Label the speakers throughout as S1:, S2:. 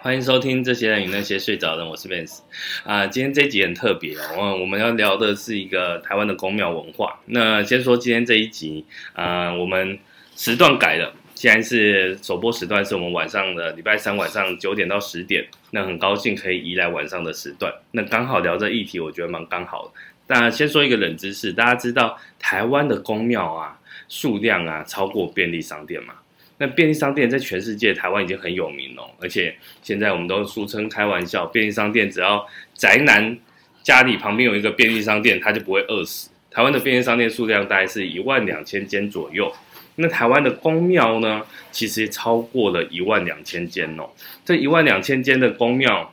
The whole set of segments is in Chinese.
S1: 欢迎收听《这些人与那些睡着的人》，我是 Vance。啊、今天这一集很特别哦，我我们要聊的是一个台湾的公庙文化。那先说今天这一集，啊，我们时段改了，现在是首播时段，是我们晚上的礼拜三晚上九点到十点。那很高兴可以移来晚上的时段，那刚好聊这议题，我觉得蛮刚好的。那先说一个冷知识，大家知道台湾的公庙啊数量啊超过便利商店吗？那便利商店在全世界台湾已经很有名了，而且现在我们都俗称开玩笑，便利商店只要宅男家里旁边有一个便利商店，他就不会饿死。台湾的便利商店数量大概是一万两千间左右，那台湾的公庙呢，其实超过了一万两千间哦。这一万两千间的公庙，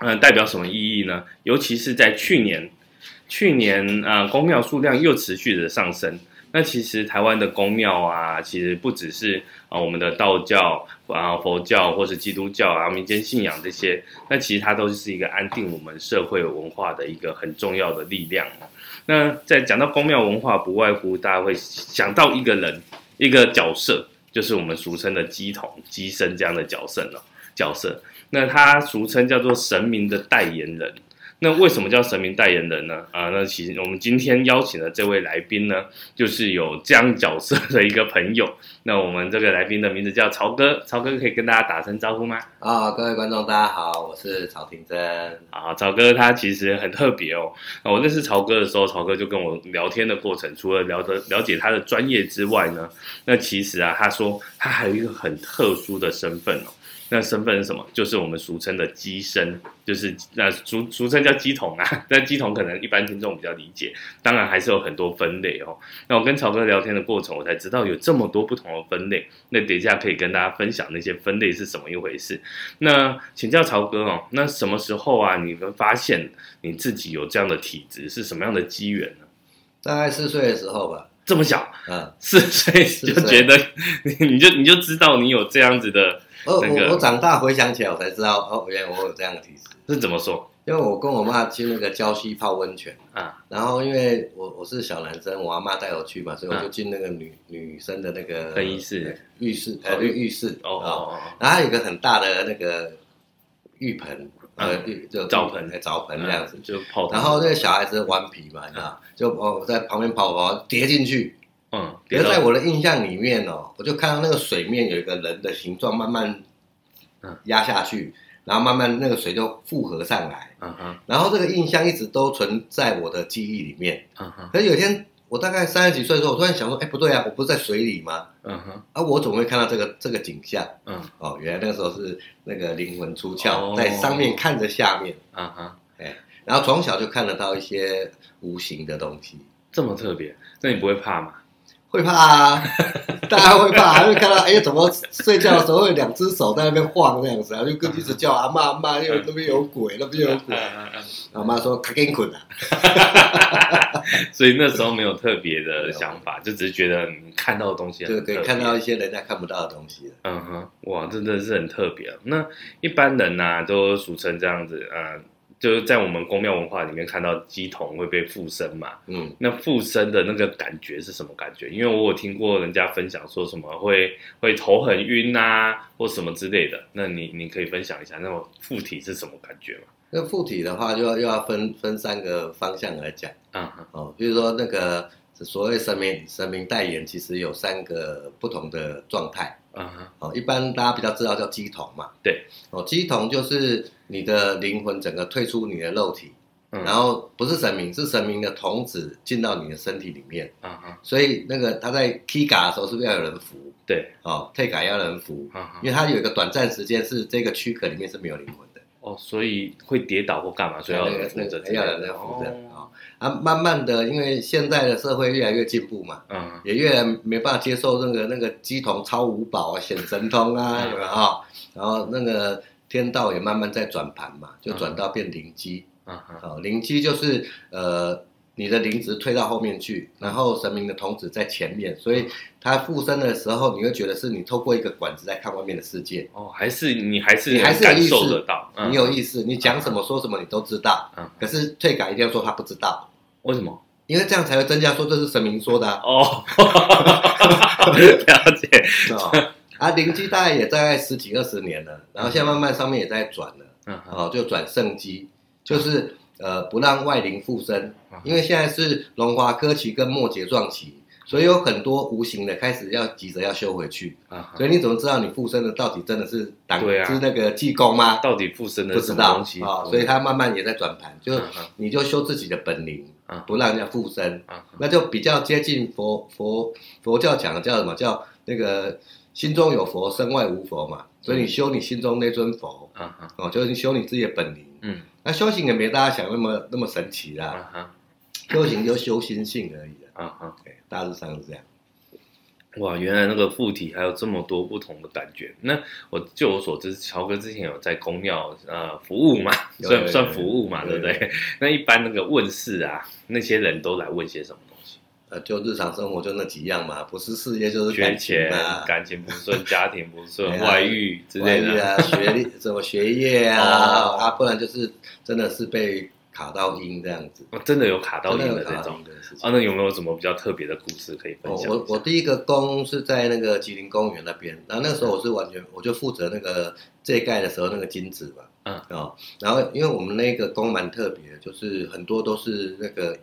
S1: 嗯、代表什么意义呢？尤其是在去年，去年啊、呃公庙数量又持续的上升。那其实台湾的公庙啊，其实不只是啊、我们的道教啊、佛教或是基督教啊、民间信仰这些，那其实它都是一个安定我们社会文化的一个很重要的力量哦。那在讲到公庙文化，不外乎大家会想到一个人、一个角色，就是我们俗称的鸡童、鸡生这样的角色哦，角色。那他俗称叫做神明的代言人。那为什么叫神明代言人呢？啊，那其实我们今天邀请的这位来宾呢，就是有这样角色的一个朋友。那我们这个来宾的名字叫曹哥，曹哥可以跟大家打声招呼吗？
S2: 啊、各位观众，大家好，我是曹廷珍。
S1: 啊，曹哥他其实很特别哦。啊我认识曹哥的时候，曹哥就跟我聊天的过程，除了聊得了解他的专业之外呢，那其实啊，他说他还有一个很特殊的身份哦。那身份是什么？就是我们俗称的鸡生，就是那俗俗称叫鸡童啊。 那鸡童可能一般听众比较理解，当然还是有很多分类哦。那我跟曹哥聊天的过程，我才知道有这么多不同的分类。那等一下可以跟大家分享那些分类是什么一回事。那请教曹哥哦，那什么时候啊，你们发现你自己有这样的体质，是什么样的机缘呢？
S2: 大概四岁的时候吧，
S1: 这么小，
S2: 嗯，
S1: 四岁就觉得， 你你就你就知道你有这样子的，
S2: 哦，
S1: 那个
S2: 我我长大回想起来，我才知道，哦，原来我有这样的体质。
S1: 是怎么说
S2: 因为我跟我妈去那个礁溪泡温泉，
S1: 啊？
S2: 然后因为我我是小男生，我阿妈带我去嘛，所以我就进那个女、女生的那个
S1: 啊更衣室
S2: 浴室，呃，浴浴室
S1: 哦
S2: 啊
S1: 哦哦，
S2: 然后它有一个很大的那个浴盆，呃，
S1: 嗯
S2: 浴就
S1: 澡盆啊
S2: 哎澡盆这样子。
S1: 就泡汤，
S2: 然后那个小孩子顽皮嘛，你知
S1: 啊
S2: 道，就哦在旁边跑跑跌进去。
S1: 嗯，
S2: 可是在我的印象里面哦，我就看到那个水面有一个人的形状慢慢
S1: 嗯
S2: 压下去，然后慢慢那个水就复合上来，
S1: 嗯哼，
S2: 然后这个印象一直都存在我的记忆里面。
S1: 嗯哼，
S2: 可是有一天我大概三十几岁的时候，我突然想说，哎，不对啊，我不是在水里吗？
S1: 嗯哼，
S2: 啊，我怎么会看到这个这个景象？
S1: 嗯
S2: 哦，原来那个时候是那个灵魂出
S1: 哦
S2: 窍，在上面看着下面，
S1: 嗯哼，
S2: 然后从小就看得到一些无形的东西，
S1: 这么特别，那你不会怕吗？
S2: 会怕啊，大家会怕，还会看到哎，怎么睡觉的时候会两只手在那边晃那样子，然后就跟一直叫阿妈阿妈，因为那边有鬼，那边有
S1: 嗯
S2: 鬼，阿妈说赶紧滚啊，
S1: 所以那时候没有特别的想法，就只是觉得你看到的东西很
S2: 就可以
S1: 特别
S2: 看到一些人家看不到的东西了。
S1: 嗯哼，哇，真的是很特别啊。那一般人呐、都俗称这样子，呃，就是在我们宫庙文化里面看到鸡童会被附身嘛。
S2: 嗯，
S1: 那附身的那个感觉是什么感觉？因为我有听过人家分享说什么会会头很晕啊，或什么之类的。那你你可以分享一下那种附体是什么感觉吗？
S2: 那附体的话就要又要分分三个方向来讲
S1: 嗯哼，
S2: 哦，比如说那个所谓神明神明代言，其实有三个不同的状态。
S1: 嗯哼，
S2: 哦，一般大家比较知道叫鸡童嘛。
S1: 对。
S2: 哦，鸡童就是你的灵魂整个退出你的肉体，
S1: 嗯
S2: 然后不是神明，是神明的童子进到你的身体里面。
S1: 嗯哼，
S2: 所以那个他在 Kiga 的时候是不是要有人扶？
S1: 对，
S2: 哦，退改要有人扶，
S1: 嗯哼
S2: 因，为它有一个短暂时间是这个躯壳里面是没有灵魂的，
S1: 哦，所以会跌倒或干嘛，所以要有
S2: 那
S1: 人
S2: 个
S1: 扶
S2: 那
S1: 着
S2: 个
S1: 之类
S2: 要
S1: 的，
S2: 有人扶着
S1: 哦
S2: 哦。啊，慢慢的，因为现在的社会越来越进步嘛，
S1: 嗯哼，
S2: 也越来没办法接受那个那个鸡童超五宝啊、显神通啊，
S1: 嗯
S2: 有没有啊？然后那个天道也慢慢在转盘嘛，就转到变灵机。
S1: 嗯哼，
S2: 好、灵机就是呃，你的灵值退到后面去，然后神明的童子在前面，所
S1: 嗯
S2: 以他附身的时候，你会觉得是你透过一个管子在看外面的世界，
S1: 哦，还是你还是
S2: 你还
S1: 能
S2: 是有
S1: 感
S2: 意识
S1: 受得到，嗯
S2: 你有意识，你讲什么说什么你都知道。
S1: 嗯，
S2: 可是退改一定要说他不知道，
S1: 为什么？
S2: 因为这样才
S1: 哦
S2: 会增加说这是神明说的、啊。
S1: 哦，了解，
S2: 哦，啊，灵机大概也大概十几二十年了，然后现在慢慢上面也在转了，
S1: 嗯哼
S2: 哦，就转圣机，就是呃不让外灵附身
S1: 嗯，
S2: 因为现在是龙华科期跟末节撞期，所以有很多无形的开始要急着要修回去，
S1: 嗯哼
S2: 所以你怎么知道你附身的到底真的是党
S1: 对啊
S2: 是那个济公吗？
S1: 到底附身的
S2: 不
S1: 是
S2: 知
S1: 什
S2: 道
S1: 么
S2: 啊
S1: 东西，
S2: 所以他慢慢也在转盘，就
S1: 嗯嗯
S2: 你就修自己的本领
S1: 嗯，
S2: 不让人家附身，
S1: 啊
S2: 那就比较接近佛佛佛教讲的叫什么叫那个心中有佛，身外无佛嘛。所以你修你心中那尊佛
S1: 啊啊
S2: 哦，就是你修你自己的本领。
S1: 嗯
S2: 那修行也没大家想那么那么神奇
S1: 啊
S2: 啦，
S1: 啊
S2: 修行就修心性而已啦。
S1: 啊啊！
S2: 对，大致上是这样。
S1: 哇，原来那个附体还有这么多不同的感觉。那我就我所知，乔哥之前有在公庙呃服务嘛，
S2: 有有
S1: 算
S2: 有
S1: 算服务嘛，对
S2: 有
S1: 不对？ 那一般那个问世啊，那些人都来问些什么东西？
S2: 呃，就日常生活就那几样嘛，不是事业就是
S1: 缺
S2: 感情
S1: 钱、
S2: 啊，
S1: 感情不 顺、家庭不顺、
S2: 对啊
S1: 外遇之类
S2: 外遇
S1: 的。
S2: 啊，学历什么学业啊，
S1: 哦
S2: 啊，不然就是真的是被卡到音这样子，
S1: 哦真的有卡到
S2: 真
S1: 音的
S2: 的有
S1: 这
S2: 卡到
S1: 种
S2: 音的事情。
S1: 啊？那有没有什么比较特别的故事可以分
S2: 我
S1: 享
S2: 哦我
S1: 一下？
S2: 我第一个工是在那个吉林公园那边，然后那个时候我是完全我就负责那个这一盖的时候那个金子嘛，
S1: 嗯
S2: 哦，然后因为我们那个工蛮特别的，就是很多都是那个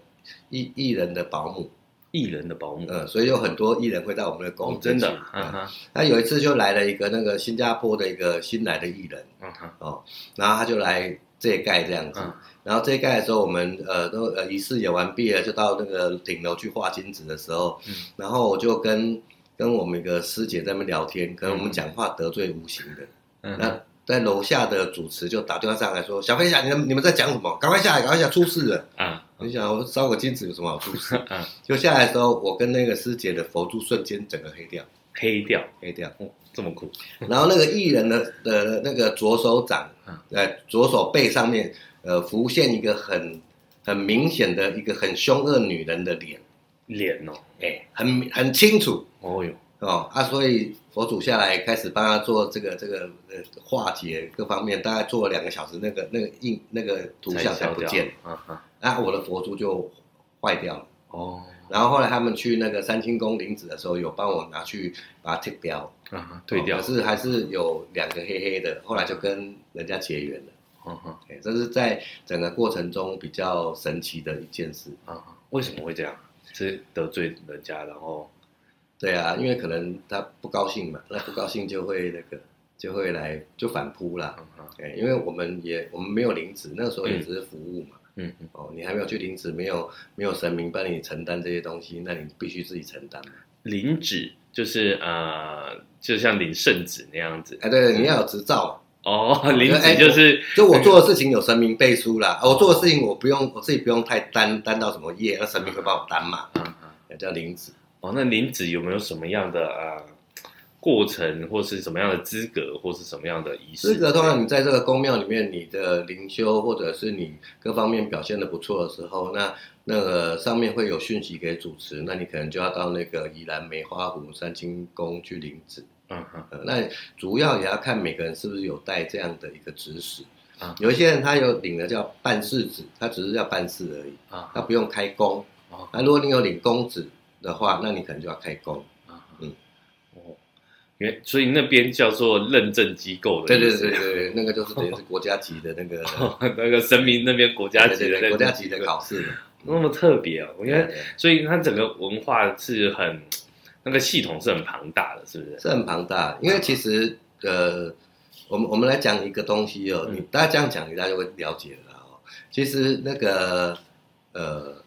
S2: 艺艺人的保姆，
S1: 艺人的保姆
S2: 嗯，所以有很多艺人会到我们的
S1: 哦
S2: 工里，
S1: 真
S2: 面去、
S1: 的，嗯
S2: 嗯
S1: 哼，
S2: 那有一次就来了一个那个新加坡的一个新来的艺人，
S1: 嗯哼，
S2: 哦，然后他就来这一盖这样子，
S1: 嗯
S2: 然后这一盖的时候，我们呃都呃仪式也完毕了，就到那个顶楼去画金子的时候，
S1: 嗯
S2: 然后我就跟跟我们一个师姐在那边聊天，可能我
S1: 嗯
S2: 们讲话得罪无形的，
S1: 嗯哼，
S2: 那在楼下的主持就打电话上来说：“小飞侠，你们你们在讲什么？赶快下来，赶快下来，出事了！”
S1: 啊
S2: 你想我烧个金子有什么好出事？
S1: 嗯
S2: 就下来的时候，我跟那个师姐的佛珠瞬间整个黑掉，
S1: 黑掉，
S2: 黑掉。
S1: 哦，这么酷，
S2: 然后那个艺人的的那个左手掌
S1: 嗯，
S2: 呃，左手背上面，呃，浮现一个很很明显的一个很凶恶女人的脸，
S1: 脸哦，
S2: 哎，很很清楚
S1: 哦哟，
S2: 哦啊，所以佛祖下来开始帮他做这个这个呃化解各方面，大概做了两个小时，那个那个印那个图像才
S1: 消
S2: 不
S1: 掉
S2: 见，，
S1: 啊哈，
S2: 啊，我的佛珠就坏掉了。
S1: 哦，
S2: 然后后来他们去那个三清宫领旨的时候，有帮我拿去把它剃掉，
S1: 啊哈，退掉
S2: 哦可，是还是有两个黑黑的，后来就跟人家结缘了。
S1: 嗯哼，
S2: 哎，这是在整个过程中比较神奇的一件事。
S1: 啊哈，为什么会这样？是得罪人家，哦然后
S2: 对啊，因为可能他不高兴嘛，那不高兴就会那个 就会来就反扑啦。
S1: 嗯哼，
S2: 哎，因为我们也我们没有领职，那个时候也只是服务嘛。
S1: 嗯嗯，
S2: 哦，你还没有去领职，没有没有神明帮你承担这些东西，那你必须自己承担嘛。
S1: 领旨就是呃，就像领圣旨那样子，
S2: 哎，对，你要有执照嘛。
S1: 哦，
S2: 就
S1: 领
S2: 哎
S1: 旨就是
S2: 就我做的事情有神明背书啦，
S1: 哦
S2: 哦我做的事情我不用我自己不用太担担到什么业，那神明会帮我担嘛。
S1: 啊哈，
S2: 也叫灵子。
S1: 哦，那领旨有没有什么样的呃过程，或是什么样的资格，或是什么样的仪式？
S2: 资格通常你在这个宫庙里面，你的灵修或者是你各方面表现的不错的时候，那那个上面会有讯息给主持，那你可能就要到那个宜兰梅花湖三清宫去领旨。
S1: 嗯哼，
S2: 呃，那主要也要看每个人是不是有带这样的一个指使
S1: 啊。
S2: 有一些人他有领的叫办事旨，他只是要办事而已，
S1: 啊
S2: 他不用开工。
S1: 哦
S2: 啊那如果你有领公旨的话，那你可能就要开工。
S1: 啊
S2: 嗯
S1: 哦，原所以那边叫做认证机构的，哦
S2: 对 对对。对对，那个就是等于是国家级的那个
S1: 那个神明那边国家级
S2: 对
S1: 的
S2: 对对
S1: 认
S2: 国
S1: 证
S2: 家级的考试嘛。
S1: 那么特别哦，我觉
S2: 对
S1: 得，
S2: 对
S1: 所以它整个文化是很那个系统是很庞大的，是不是？
S2: 这很庞大，因为其实呃，我们我们来讲一个东西哦，
S1: 嗯
S2: 你大家这样讲，你大家就会了解了啦哦。其实那个呃，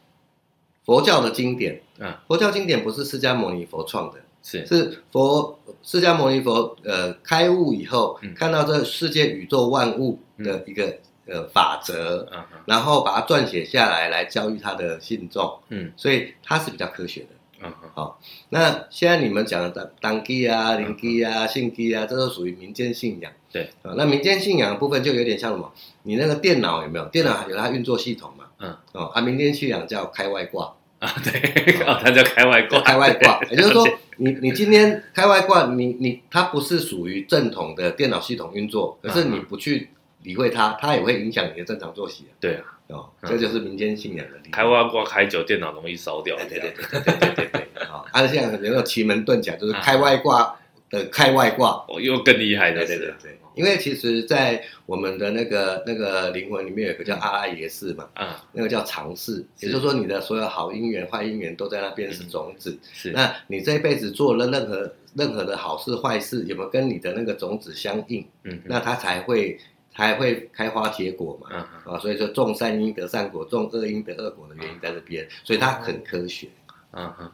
S2: 佛教的经典，
S1: 嗯，
S2: 佛教经典不是释迦牟尼佛创的，
S1: 是
S2: 是佛释迦牟尼佛呃开悟以后，
S1: 嗯
S2: 看到这世界宇宙万物的一个、呃法则，
S1: 嗯哼
S2: 然后把它撰写下来，来教育他的信众，
S1: 嗯
S2: 所以它是比较科学的。
S1: 嗯哼
S2: 那现在你们讲的当当机啊、灵机啊、信机啊，这都属于民间信仰。
S1: 嗯对
S2: 啊，那民间信仰的部分就有点像什么？你那个电脑有没有？电脑有它运作系统嘛？
S1: 嗯。
S2: 哦，啊，民间信仰叫开外挂，
S1: 啊，对， 哦，它叫开外
S2: 叫
S1: 挂，
S2: 开外挂，也就是
S1: 了
S2: 说
S1: 解，
S2: 你你今天开外挂，你你它不是属于正统的电脑系统运作，可是
S1: 嗯
S2: 你不去理会它，它也会影响你的正常作息啊。
S1: 对啊，
S2: 哦，
S1: 嗯
S2: 这就是民间信仰的力量。
S1: 开外挂开久，电脑容易烧掉
S2: 哎，
S1: 一
S2: 对对
S1: 样。
S2: 对对对对对对。啊，啊，像有没有奇门遁甲，就是开外挂的开外挂。
S1: 哦，又更厉害的
S2: 对
S1: 是，
S2: 对对对，因为其实，在我们的那个那个灵魂里面有一个叫阿拉耶识嘛，
S1: 啊，
S2: 那个叫常识，
S1: 是
S2: 也就是说你的所有好姻缘、坏姻缘都在那边是
S1: 嗯
S2: 种子。
S1: 是，
S2: 那你这辈子做了任何任何的好事、坏事，有没有跟你的那个种子相应？
S1: 嗯嗯
S2: 那它才会才会开花结果嘛。
S1: 嗯嗯
S2: 啊，所以说种善因得善果，种恶因得恶果的原因在这边，所以它很科学。
S1: 嗯嗯，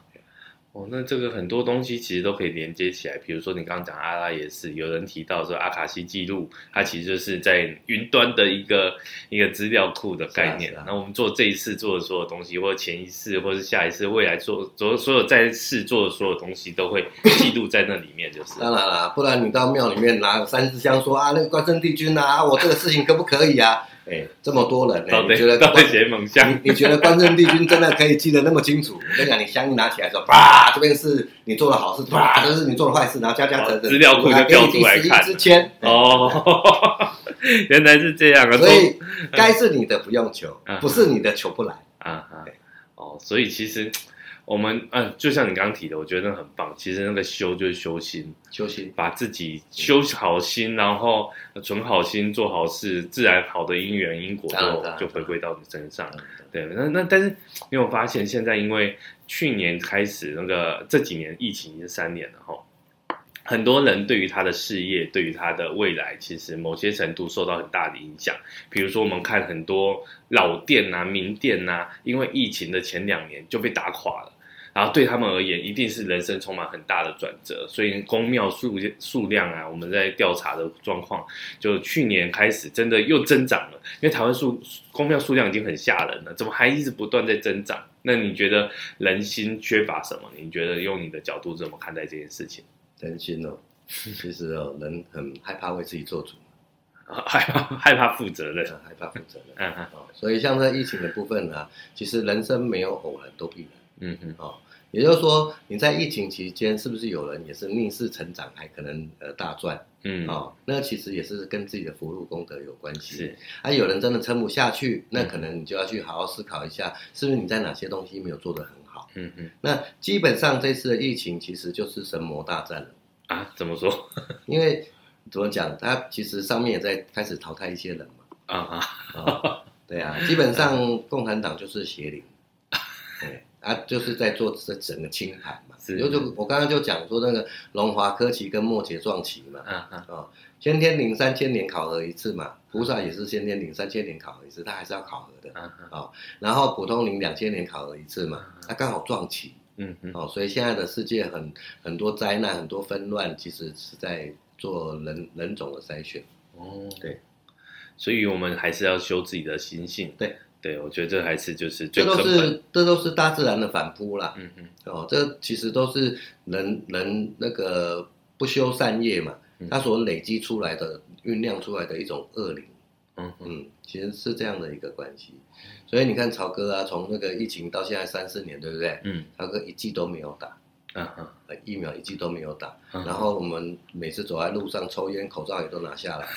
S1: 哦，那这个很多东西其实都可以连接起来，比如说你刚刚讲阿拉也是，有人提到说阿卡西记录，它其实就是在云端的一个一个资料库的概念。
S2: 是啊是啊
S1: 那我们做这一次做的所有东西，或者前一次，或是下一次，未来做所所有在世做的所有东西，都会记录在那里面，就是。
S2: 当然啦，不然你到庙里面拿个三支香说啊，那个关圣帝君啊，我这个事情可不可以啊？哎，这么多人呢、
S1: 到
S2: 你觉
S1: 底
S2: 得
S1: 到底
S2: 关
S1: 谁猛将？
S2: 你你觉得关圣帝君真的可以记得那么清楚？我跟你讲，你香拿起来说，啪，这边是你做的好事，啪，这是你做的坏事，然后加加乘
S1: 哦
S2: 乘，
S1: 资料库就调出来看
S2: 给你第十一支签。
S1: 哦， 原来是这样啊！
S2: 哎所以该是你的不用 求，
S1: 嗯
S2: 不是你的求不来。
S1: 啊啊
S2: 对，
S1: 哦，所以其实我们嗯、就像你刚刚提的，我觉得那很棒。其实那个修就是修心，
S2: 修行
S1: 把自己修好心，然后存好心，做好事，自然好的因缘因果
S2: 当然当
S1: 就
S2: 然
S1: 就回归到你身上。对，那那但是你有没有发现，现在因为去年开始那个这几年疫情已经三年了哈，很多人对于他的事业，对于他的未来，其实某些程度受到很大的影响。比如说，我们看很多老店啊、名店啊，因为疫情的前两年就被打垮了。然后对他们而言，一定是人生充满很大的转折，所以公庙数数量啊，我们在调查的状况，就去年开始真的又增长了，因为台湾数公庙数量已经很吓人了，怎么还一直不断在增长？那你觉得人心缺乏什么？你觉得用你的角度怎么看待这件事情？
S2: 人心哦，其实哦，人很害怕为自己做主，
S1: 啊害怕害怕负责任，
S2: 很害怕负责任。
S1: 嗯哼
S2: 哦，所以像在疫情的部分呢、啊其实人生没有偶然，都必然。
S1: 嗯哼，
S2: 哦，也就是说，你在疫情期间，是不是有人也是逆势成长，还可能呃大赚？
S1: 嗯，
S2: 哦，那其实也是跟自己的福禄功德有关系。
S1: 是，嗯
S2: 啊，有人真的撑不下去，那可能你就要去好好思考一下，是不是你在哪些东西没有做得很好？
S1: 嗯哼，
S2: 那基本上这次的疫情其实就是神魔大战了，
S1: 啊，怎么说？
S2: 因为怎么讲，它其实上面也在开始淘汰一些人嘛。
S1: 啊啊，
S2: 啊，对啊，基本上共产党就是邪灵，对啊，就是在做这整个清盘嘛。
S1: 是
S2: 就就我刚刚就讲说那个龙华科旗跟末节撞旗嘛，
S1: 啊啊，
S2: 哦，先天灵三千年考核一次嘛，菩萨也是先天灵三千年考核一次，他还是要考核的。
S1: 啊啊，
S2: 然后普通灵两千年考核一次嘛，他、刚好撞旗
S1: 嗯哼，
S2: 哦，所以现在的世界很很多灾难，很多纷乱，其实是在做人人种的筛选。
S1: 哦，
S2: 对，
S1: 所以我们还是要修自己的心性。
S2: 对，
S1: 对，我觉得这还是就是最
S2: 这
S1: 根
S2: 都
S1: 本。
S2: 是这都是大自然的反扑啦。
S1: 嗯嗯
S2: 哦，这其实都是人人那个不修善业嘛
S1: 嗯，
S2: 他所累积出来的、酝酿出来的一种恶灵，
S1: 嗯嗯，
S2: 嗯，其实是这样的一个关系。所以你看曹哥啊，从那个疫情到现在三四年，对不对？
S1: 嗯
S2: 曹哥一剂都没有打，
S1: 啊
S2: 呃，疫苗一剂都没有打。
S1: 啊，
S2: 然后我们每次走在路上抽烟，口罩也都拿下来。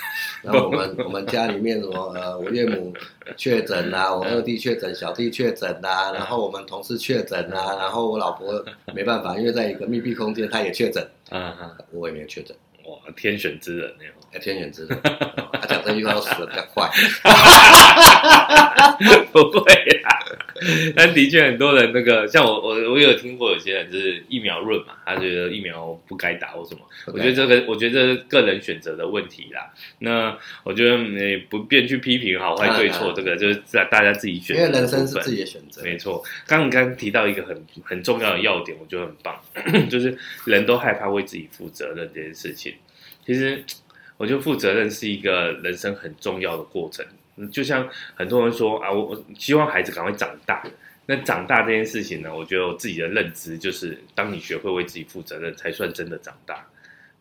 S2: 然后 我们我们家里面什么呃，我岳母确诊啦、我二弟确诊，小弟确诊啦、然后我们同事确诊啦、然后我老婆没办法，因为在一个密闭空间，她也确诊，
S1: 啊啊，
S2: 我也没有确诊，
S1: 哇，天选之人那种，
S2: 哎，天 选之人。哦她讲这句话都死的比较快，
S1: 不会啦。但的确很多人那个，像我我我有听过有些人就是疫苗论嘛，他觉得疫苗不该打或什么。我觉得这个，我觉得个人选择的问题啦。那我觉得嗯也不便去批评好坏对错，
S2: 当然
S1: 这个就是大大家自己选
S2: 因
S1: 择的
S2: 为
S1: 部分。
S2: 人生是自己的选择，
S1: 没错，刚刚你刚刚提到一个很很重要的要点，我觉得很棒， 就是人都害怕为自己负责任这件事情。其实，我觉得负责任是一个人生很重要的过程。就像很多人说啊，我我希望孩子赶快长大。那长大这件事情呢，我觉得我自己的认知就是，当你学会为自己负责任，才算真的长大。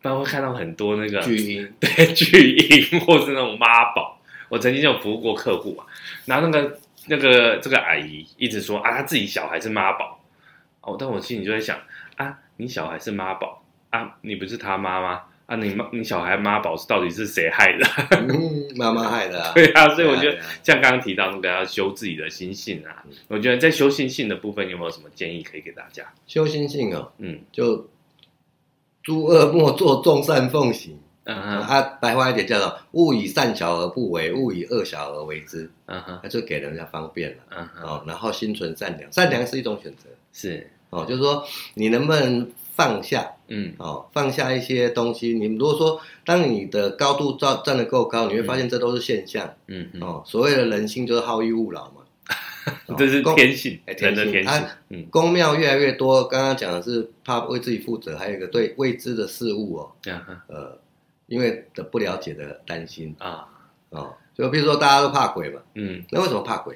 S1: 不然会看到很多那个
S2: 巨婴
S1: 对 巨婴或是那种妈宝。我曾经就有服务过客户啊，然后那个那个这个阿姨一直说啊，她自己小孩是妈宝哦，但我心里就在想啊，你小孩是妈宝啊，你不是他妈吗？啊，你妈你小孩妈宝是到底是谁害的？
S2: 嗯妈妈害的啊。
S1: 对啊，所以我觉得
S2: 对啊对啊
S1: 像刚刚提到那个要修自己的心性啊
S2: 嗯，
S1: 我觉得在修心性的部分有没有什么建议可以给大家？
S2: 修心性哦，
S1: 嗯
S2: 就诸恶莫作，众善奉行。
S1: 嗯
S2: 啊，
S1: 哼
S2: 啊白话一点叫做“勿以善小而不为，勿以恶小而为之
S1: 嗯”，哼
S2: 那就给人家方便了。
S1: 嗯哼，
S2: 哦，然后心存善良，善良是一种选择。
S1: 是，
S2: 哦，就是说你能不能放下
S1: 嗯
S2: 哦，放下一些东西。你如果说当你的高度站站得够高，你会发现这都是现象、
S1: 嗯嗯，，
S2: 哦。所谓的人性就是好逸恶劳嘛 哦
S1: 这是
S2: 公
S1: 天性，
S2: 哎
S1: 人的
S2: 天性
S1: 天性
S2: 啊，
S1: 嗯
S2: 公庙越来越多。刚刚讲的是怕为自己负责，还有一个对未知的事物哦，
S1: 嗯哼
S2: 呃，因为的不了解的担心
S1: 啊，
S2: 哦。就比如说大家都怕鬼嘛，
S1: 嗯，
S2: 那为什么怕鬼？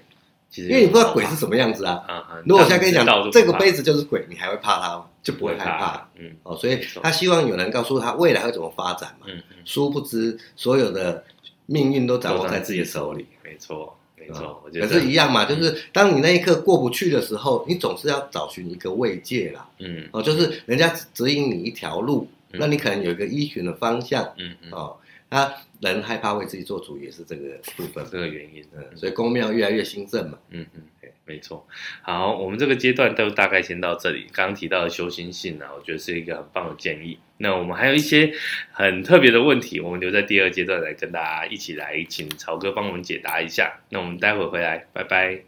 S1: 其实
S2: 因为你不知道鬼是什么样子啊。
S1: 啊啊，
S2: 如果我现在跟你
S1: 让知道
S2: 讲
S1: 就
S2: 这
S1: 不
S2: 个
S1: 怕
S2: 杯子就是鬼，你还会怕它吗？就不
S1: 不
S2: 会
S1: 会
S2: 害怕。，
S1: 嗯
S2: 哦，所以
S1: 没错
S2: 他希望有人告诉他未来会怎么发展嘛。
S1: 嗯嗯，
S2: 殊不知，所有的命运都掌握在自己手里。
S1: 没错没
S2: 啊
S1: 错，我觉
S2: 可
S1: 得
S2: 是，一样嘛，
S1: 嗯
S2: 就是当你那一刻过不去的时候，你总是要找寻一个慰藉啦。
S1: 嗯
S2: 哦，就是人家指引你一条路，
S1: 嗯
S2: 那你可能有一个依循的方向。
S1: 嗯嗯，
S2: 哦，那人害怕为自己做主，也是这个部分。
S1: 这个原因，
S2: 嗯，所以公庙越来越兴盛嘛。
S1: 嗯嗯，没错。好，我们这个阶段都大概先到这里。刚刚提到的修心性呢、啊，我觉得是一个很棒的建议。那我们还有一些很特别的问题，我们留在第二阶段来跟大家一起来，请曹哥帮我们解答一下。那我们待会回来，拜拜。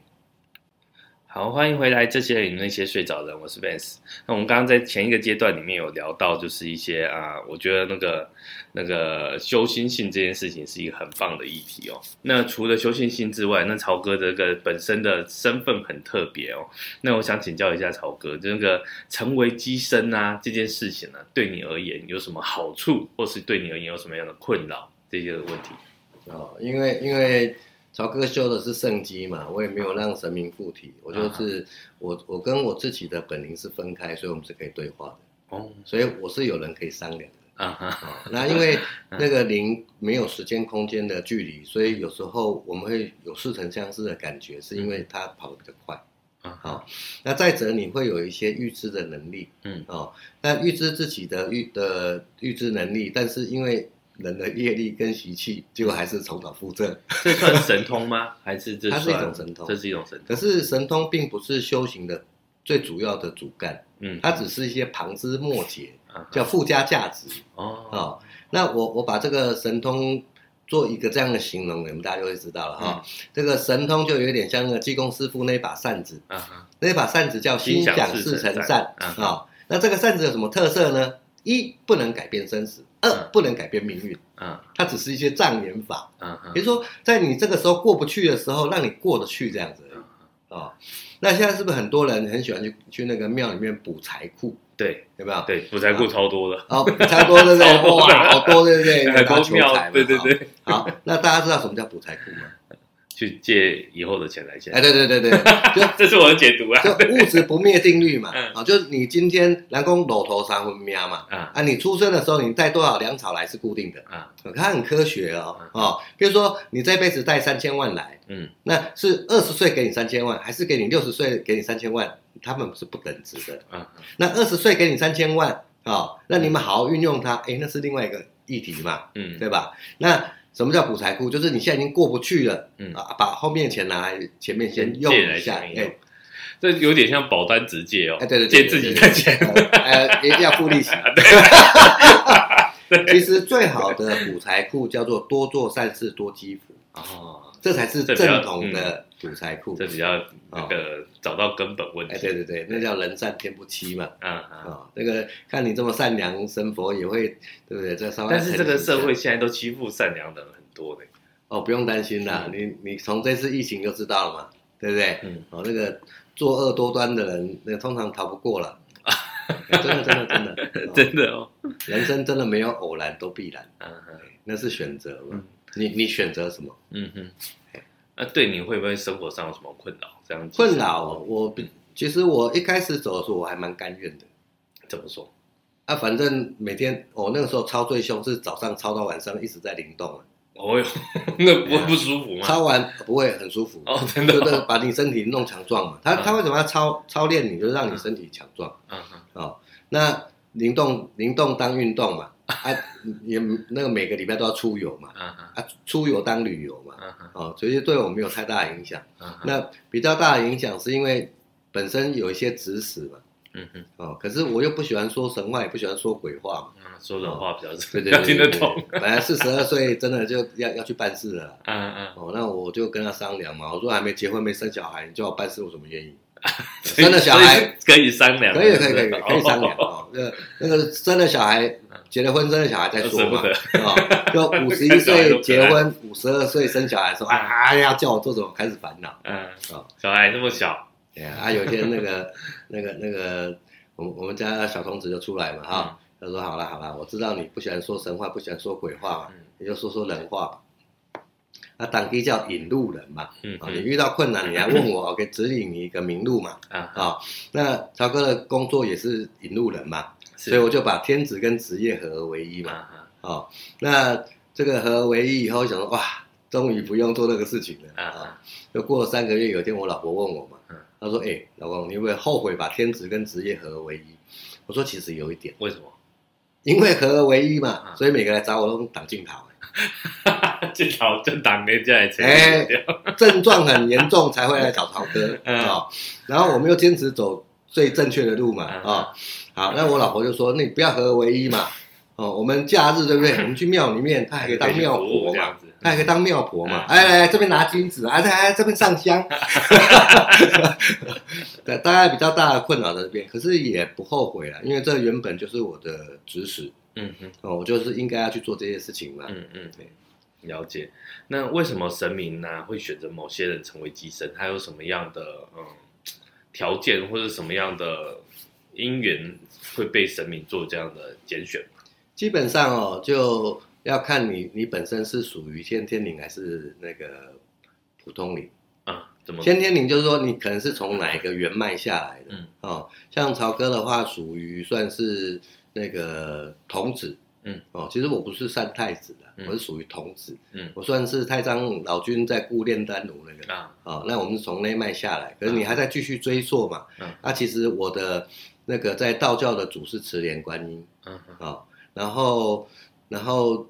S1: 好，欢迎回来。这些你那些睡着人，我是 Vance。那我们刚刚在前一个阶段里面有聊到，就是一些啊、我觉得那个那个修心性这件事情是一个很棒的议题哦。那除了修心性之外，那曹哥这个本身的身份很特别哦。那我想请教一下曹哥，这个成为机身啊这件事情呢、对你而言有什么好处，或是对你而言有什么样的困扰这些问题？
S2: 哦，因为因为曹哥修的是圣机嘛，我也没有让神明附体，我就是、
S1: 啊
S2: 我我跟我自己的本灵是分开，所以我们是可以对话的，
S1: 哦，
S2: 所以我是有人可以商量的。
S1: 啊哈，
S2: 哦那因 为那个灵没有时间空间的距离，所以有时候我们会有似曾相识的感觉，是因为
S1: 嗯
S2: 它跑得比较快。
S1: 啊
S2: 好、那再者你会有一些预知的能力，
S1: 嗯
S2: 哦，那预知自己的预的预知能力，但是因为人的业力跟习气，结果还是重蹈覆辙。
S1: 这算神通吗？还是这
S2: 它
S1: 算
S2: 是一种神通
S1: 这是一种神通。
S2: 可是神通并不是修行的最主要的主干，
S1: 嗯，
S2: 它只是一些旁枝末节，
S1: 啊
S2: 叫附加价值
S1: 哦，
S2: 哦。那我我把这个神通做一个这样的形容，你们大家就会知道了哈、这个神通就有点像那个济公师傅那把扇子，
S1: 啊哈，
S2: 那把扇子叫心想事成扇
S1: 心想事成扇嗯
S2: 啊、哦那这个扇子有什么特色呢？一不能改变生死，二
S1: 嗯
S2: 不能改变命运，
S1: 啊
S2: 它只是一些障眼法，
S1: 啊哈
S2: 比，如说在你这个时候过不去的时候，让你过得去这样
S1: 嗯
S2: 子而已。哦，那现在是不是很多人很喜欢去去那个庙里面补财库，
S1: 对
S2: 有没有？
S1: 对，补财库超多的，
S2: 哦，补财多对不
S1: 超
S2: 对？
S1: 多
S2: 哇，好多对不 对？
S1: 很
S2: 打
S1: 多
S2: 球财
S1: 庙，
S2: 嘛哦
S1: 对对。对，
S2: 好，好那大家知道什么叫补财库吗？
S1: 去借以后的钱来借
S2: 哎，。对对对对，就
S1: 这是我的解读啊。
S2: 就物质不灭定律嘛
S1: 嗯。
S2: 啊，就是你今天南宫搂头三分喵嘛。
S1: 啊
S2: 啊，你出生的时候你带多少粮草来是固定的，
S1: 啊，
S2: 哦它很科学哦
S1: 嗯。
S2: 哦，比如说你这辈子带三千万来，
S1: 嗯
S2: 那是二十岁给你三千万，还是给你六十岁给你三千万？他们是不等值的。
S1: 啊
S2: 那二十岁给你三千万啊、哦，那你们好好运用它，诶，那是另外一个议题嘛，
S1: 嗯
S2: 对吧？那什么叫补财库？就是你现在已经过不去了，
S1: 嗯
S2: 啊，把后面的钱拿来前面先用
S1: 借来
S2: 一下，
S1: 前面用
S2: 哎，
S1: 这有点像保单直借哦
S2: 哎，，对对对，
S1: 借自己
S2: 对
S1: 的钱，，啊
S2: 对对呃，也要付利 息。其实最好的补财库叫做多做善事多积福，
S1: 哦，
S2: 这才是
S1: 这比较嗯
S2: 正统的补财库
S1: 这。比较那个找到根本问
S2: 哦哎，对
S1: 题，
S2: 对对，那叫人善天不欺嘛。
S1: 啊
S2: 啊、
S1: 啊。
S2: 这个看你这么善良，神佛也会，对不对？这稍微
S1: 但是这个社
S2: 看
S1: 会
S2: 你
S1: 现在都欺负善良的人很多呢，
S2: 哦，不用担心啦，你你从这次疫情就知道了嘛，对不对？
S1: 嗯，
S2: 哦，那个作恶多端的人，那通常逃不 过了。哎真的真的真的，哦
S1: 真的哦，
S2: 人生真的没有偶然，都必然，
S1: 啊啊
S2: 那是选择嘛。
S1: 嗯
S2: 你你选择什么
S1: 嗯哼，那对你会不会生活上有什么困扰？这样子
S2: 困扰哦？我
S1: 嗯
S2: 比其实我一开始走的时候，我还蛮甘愿的。
S1: 怎么说？
S2: 啊，反正每天我、那个时候操最凶，是早上操到晚上，一直在灵动啊，
S1: 哦哟， 那不会不舒服吗？
S2: 操完不会很舒服。
S1: 哦，真的嗯
S2: 就
S1: 哦，
S2: 是把你身体弄强壮嘛。他他为什么要操操练你，就是让你身体强壮
S1: 嗯嗯
S2: 哦。那灵动灵动当运动嘛，啊也那个每个礼拜都要出游嘛，
S1: 嗯
S2: 啊出游当旅游嘛，
S1: 嗯嗯
S2: 哦，所以对我没有太大的影响。
S1: 嗯，
S2: 那比较大的影响是因为本身有一些指使嘛，
S1: 嗯哼，
S2: 哦，可是我又不喜欢说神话，也不喜欢说鬼话嘛，
S1: 嗯说人话比较
S2: 对对
S1: 要
S2: 哦对
S1: 听得懂。。
S2: 对对本来四十二岁真的就要要去办事了啦，
S1: 嗯嗯，
S2: 哦，那我就跟他商量嘛，我说还没结婚没生小孩，你叫我办事我怎么愿意？生了小孩
S1: 所以是可以商量的，
S2: 可以可以可以
S1: 是吧
S2: 可以商量。
S1: 哦
S2: 哦，那个那个生了小孩，结了婚生了小孩再 说嘛
S1: 舍，
S2: 哦，就五十一岁结婚，五十二岁生小孩 的时候，啊呀叫我做什么开始烦恼，
S1: 嗯
S2: 哦，
S1: 小孩这么小，
S2: 哎呀啊有一天那个那个那个我们我们家小童子就出来嘛哈，
S1: 嗯
S2: 他说好了好了，我知道你不喜欢说神话，不喜欢说鬼话嘛，
S1: 嗯
S2: 你就说说人话吧。那党地叫引路人嘛，
S1: 嗯
S2: 啊，你遇到困难你来问我，我给指引你一个明 路嘛，
S1: 啊，
S2: 啊、那曹哥的工作也是引路人嘛，
S1: 是
S2: 所以我就把天职跟职业合而为一嘛。
S1: 啊
S2: 哦，那这个合而为一以后，想说哇，终于不用做那个事情了
S1: 啊
S2: 啊
S1: 啊！
S2: 就过了三个月，有一天我老婆问我嘛
S1: 嗯，
S2: 她说：“哎、老公，你会不会后悔把天职跟职业合而为一？”我说：“其实有一点，
S1: 为什 么？
S2: 因为合而为一嘛，
S1: 嗯
S2: 所以每个来找我都挡镜头，欸
S1: 就讨就挡人家的钱，
S2: 哎症状很严重才会来找曹哥 啊、
S1: 嗯
S2: 哦然后我们又坚持走最正确的路嘛啊、
S1: 嗯
S2: 哦好，那我老婆就说：“那你不要合而为一嘛。”哦，我们假日对不对？我们去庙里面，她还可以当庙
S1: 服务
S2: 婆
S1: 这
S2: 嘛
S1: 样，子，
S2: 她还可以当庙婆嘛。
S1: 嗯
S2: 哎，来来这边拿金子，哎来来这边上香。 对，大家比较大的困扰在这边，可是也不后悔了，因为这原本就是我的指使
S1: 嗯哼，
S2: 哦，我就是应该要去做这些事情嘛。
S1: 嗯嗯，对，了解。那为什么神明呢、会选择某些人成为祭神？他有什么样的嗯条件或者什么样的因缘会被神明做这样的拣选？
S2: 基本上哦，就要看你你本身是属于先天灵还是那个普通灵。
S1: 啊，怎么？
S2: 先天灵就是说你可能是从哪一个原脉下来的，
S1: 嗯
S2: 哦，像曹哥的话属于算是那个童子，
S1: 嗯，
S2: 哦，其实我不是算太子的，
S1: 嗯
S2: 我是属于童子，
S1: 嗯
S2: 我算是太上老君在顾炼丹炉那个，
S1: 啊，
S2: 哦，那我们是从内脉下来，可是你还在继续追溯嘛，
S1: 嗯
S2: 啊，其实我的那个在道教的主是慈莲观音，
S1: 嗯
S2: 哦，然后然后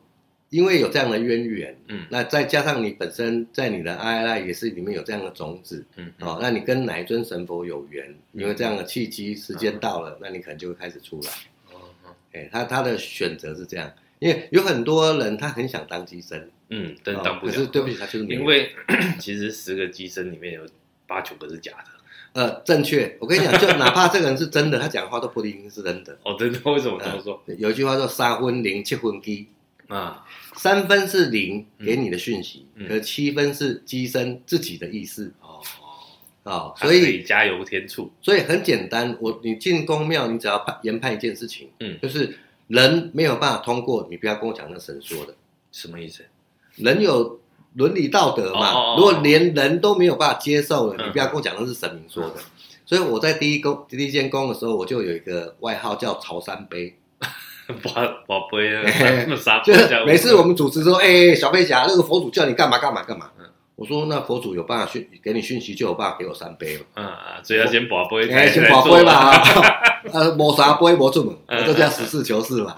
S2: 因为有这样的渊源，
S1: 嗯
S2: 那再加上你本身在你的 I I 也是里面有这样的种子，
S1: 嗯，
S2: 哦，那你跟哪一尊神佛有缘，
S1: 嗯
S2: 因为这样的契机，时间到了，那你可能就会开始出来。
S1: 嗯
S2: 哎，他他的选择是这样，因为有很多人他很想当机身，
S1: 嗯，但
S2: 哦
S1: 当不
S2: 可
S1: 了，
S2: 是对不起，他就是没有
S1: 因为 其实十个机身里面有八九个是假的。
S2: 呃正确，我跟你讲，就哪怕这个人是真的，他讲的话都不一定是真的。
S1: 哦，真的？为什么这么说？
S2: 有一句话叫“三分灵，七分机”，
S1: 啊，
S2: 三分是灵给你的讯息，
S1: 嗯嗯
S2: 而七分是机身自己的意识
S1: 哦，
S2: 哦，
S1: 它
S2: 所
S1: 可
S2: 以
S1: 以加油添醋。
S2: 所以很简单，我你进宫庙，你只要判研判一件事情，
S1: 嗯
S2: 就是人没有办法通过，你不要跟我讲那神说的，
S1: 什么意思？
S2: 人有伦理道德嘛，
S1: 哦哦哦
S2: 如果连人都没有办法接受了，
S1: 嗯
S2: 你不要跟我讲那是神明说的。所以我在第一宫第一间宫的时候，我就有一个外号叫潮山杯，
S1: 宝宝贝 啊，
S2: 嘿
S1: 那么傻，
S2: 就是每哦次我们主持说，哎、小飞侠，那个佛祖叫你干嘛干嘛干嘛
S1: 嗯，
S2: 我说那佛祖有办法讯给你讯息，就有办法给我三杯了。
S1: 嗯啊，所以要先宝贝，
S2: 哎，先宝贝吧，嗯呃，没啥杯没出门，我就这样实事求是嘛。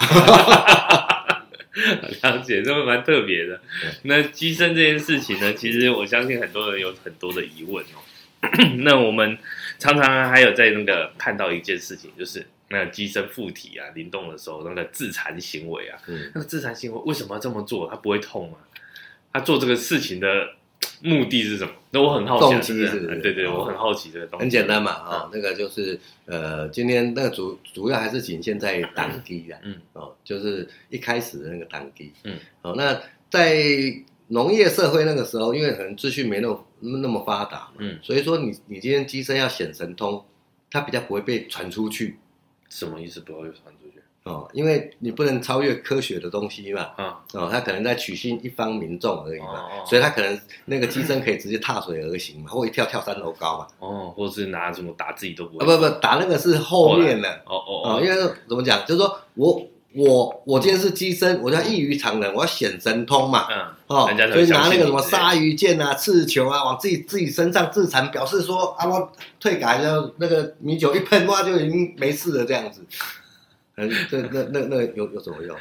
S1: 了解，这么蛮特别的
S2: 对。
S1: 那机身这件事情呢，其实我相信很多人有很多的疑问哦。 那我们常常还有在那个看到一件事情，就是那机身附体啊、灵动的时候，那个自残行为啊，
S2: 嗯
S1: 那个自残行为为什么要这么做？他不会痛吗？他做这个事情的目的是什么？那我很好奇啊，
S2: 动机
S1: 这个
S2: 是不是
S1: 对对，
S2: 哦
S1: 我很好奇这个东西。嗯
S2: 很简单嘛，啊、那个就是呃，今天那个主主要还是仅限在党基啊，
S1: 嗯，
S2: 哦，就是一开始的那个党基，
S1: 嗯，
S2: 哦，那在农业社会那个时候，因为可能资讯没那么那么发达嘛，
S1: 嗯，
S2: 所以说你你今天机身要显神通，它比较不会被传出去
S1: 什么意思？不会传出去
S2: 哦，因为你不能超越科学的东西嘛，
S1: 啊？
S2: 哦，他可能在取信一方民众而已嘛，
S1: 哦，
S2: 所以他可能那个机身可以直接踏水而行嘛，或一跳跳三楼高嘛，
S1: 哦，或是拿什么打自己都不
S2: 啊
S1: 会。
S2: 不不，打那个是后面的。
S1: 哦哦
S2: 哦，
S1: 哦，
S2: 因为怎么讲，就是说我我我今天是机身，我就要异于常人，我要显神通嘛，
S1: 嗯，
S2: 哦，
S1: 人家才
S2: 所以拿那个什
S1: 相信
S2: 么
S1: 你之类的
S2: 鲨鱼剑啊、刺球啊，往自己自己身上自残，表示说啊，我退改就那个米酒一喷，哇，就已经没事了这样子。嗯，这那那那有有什么用？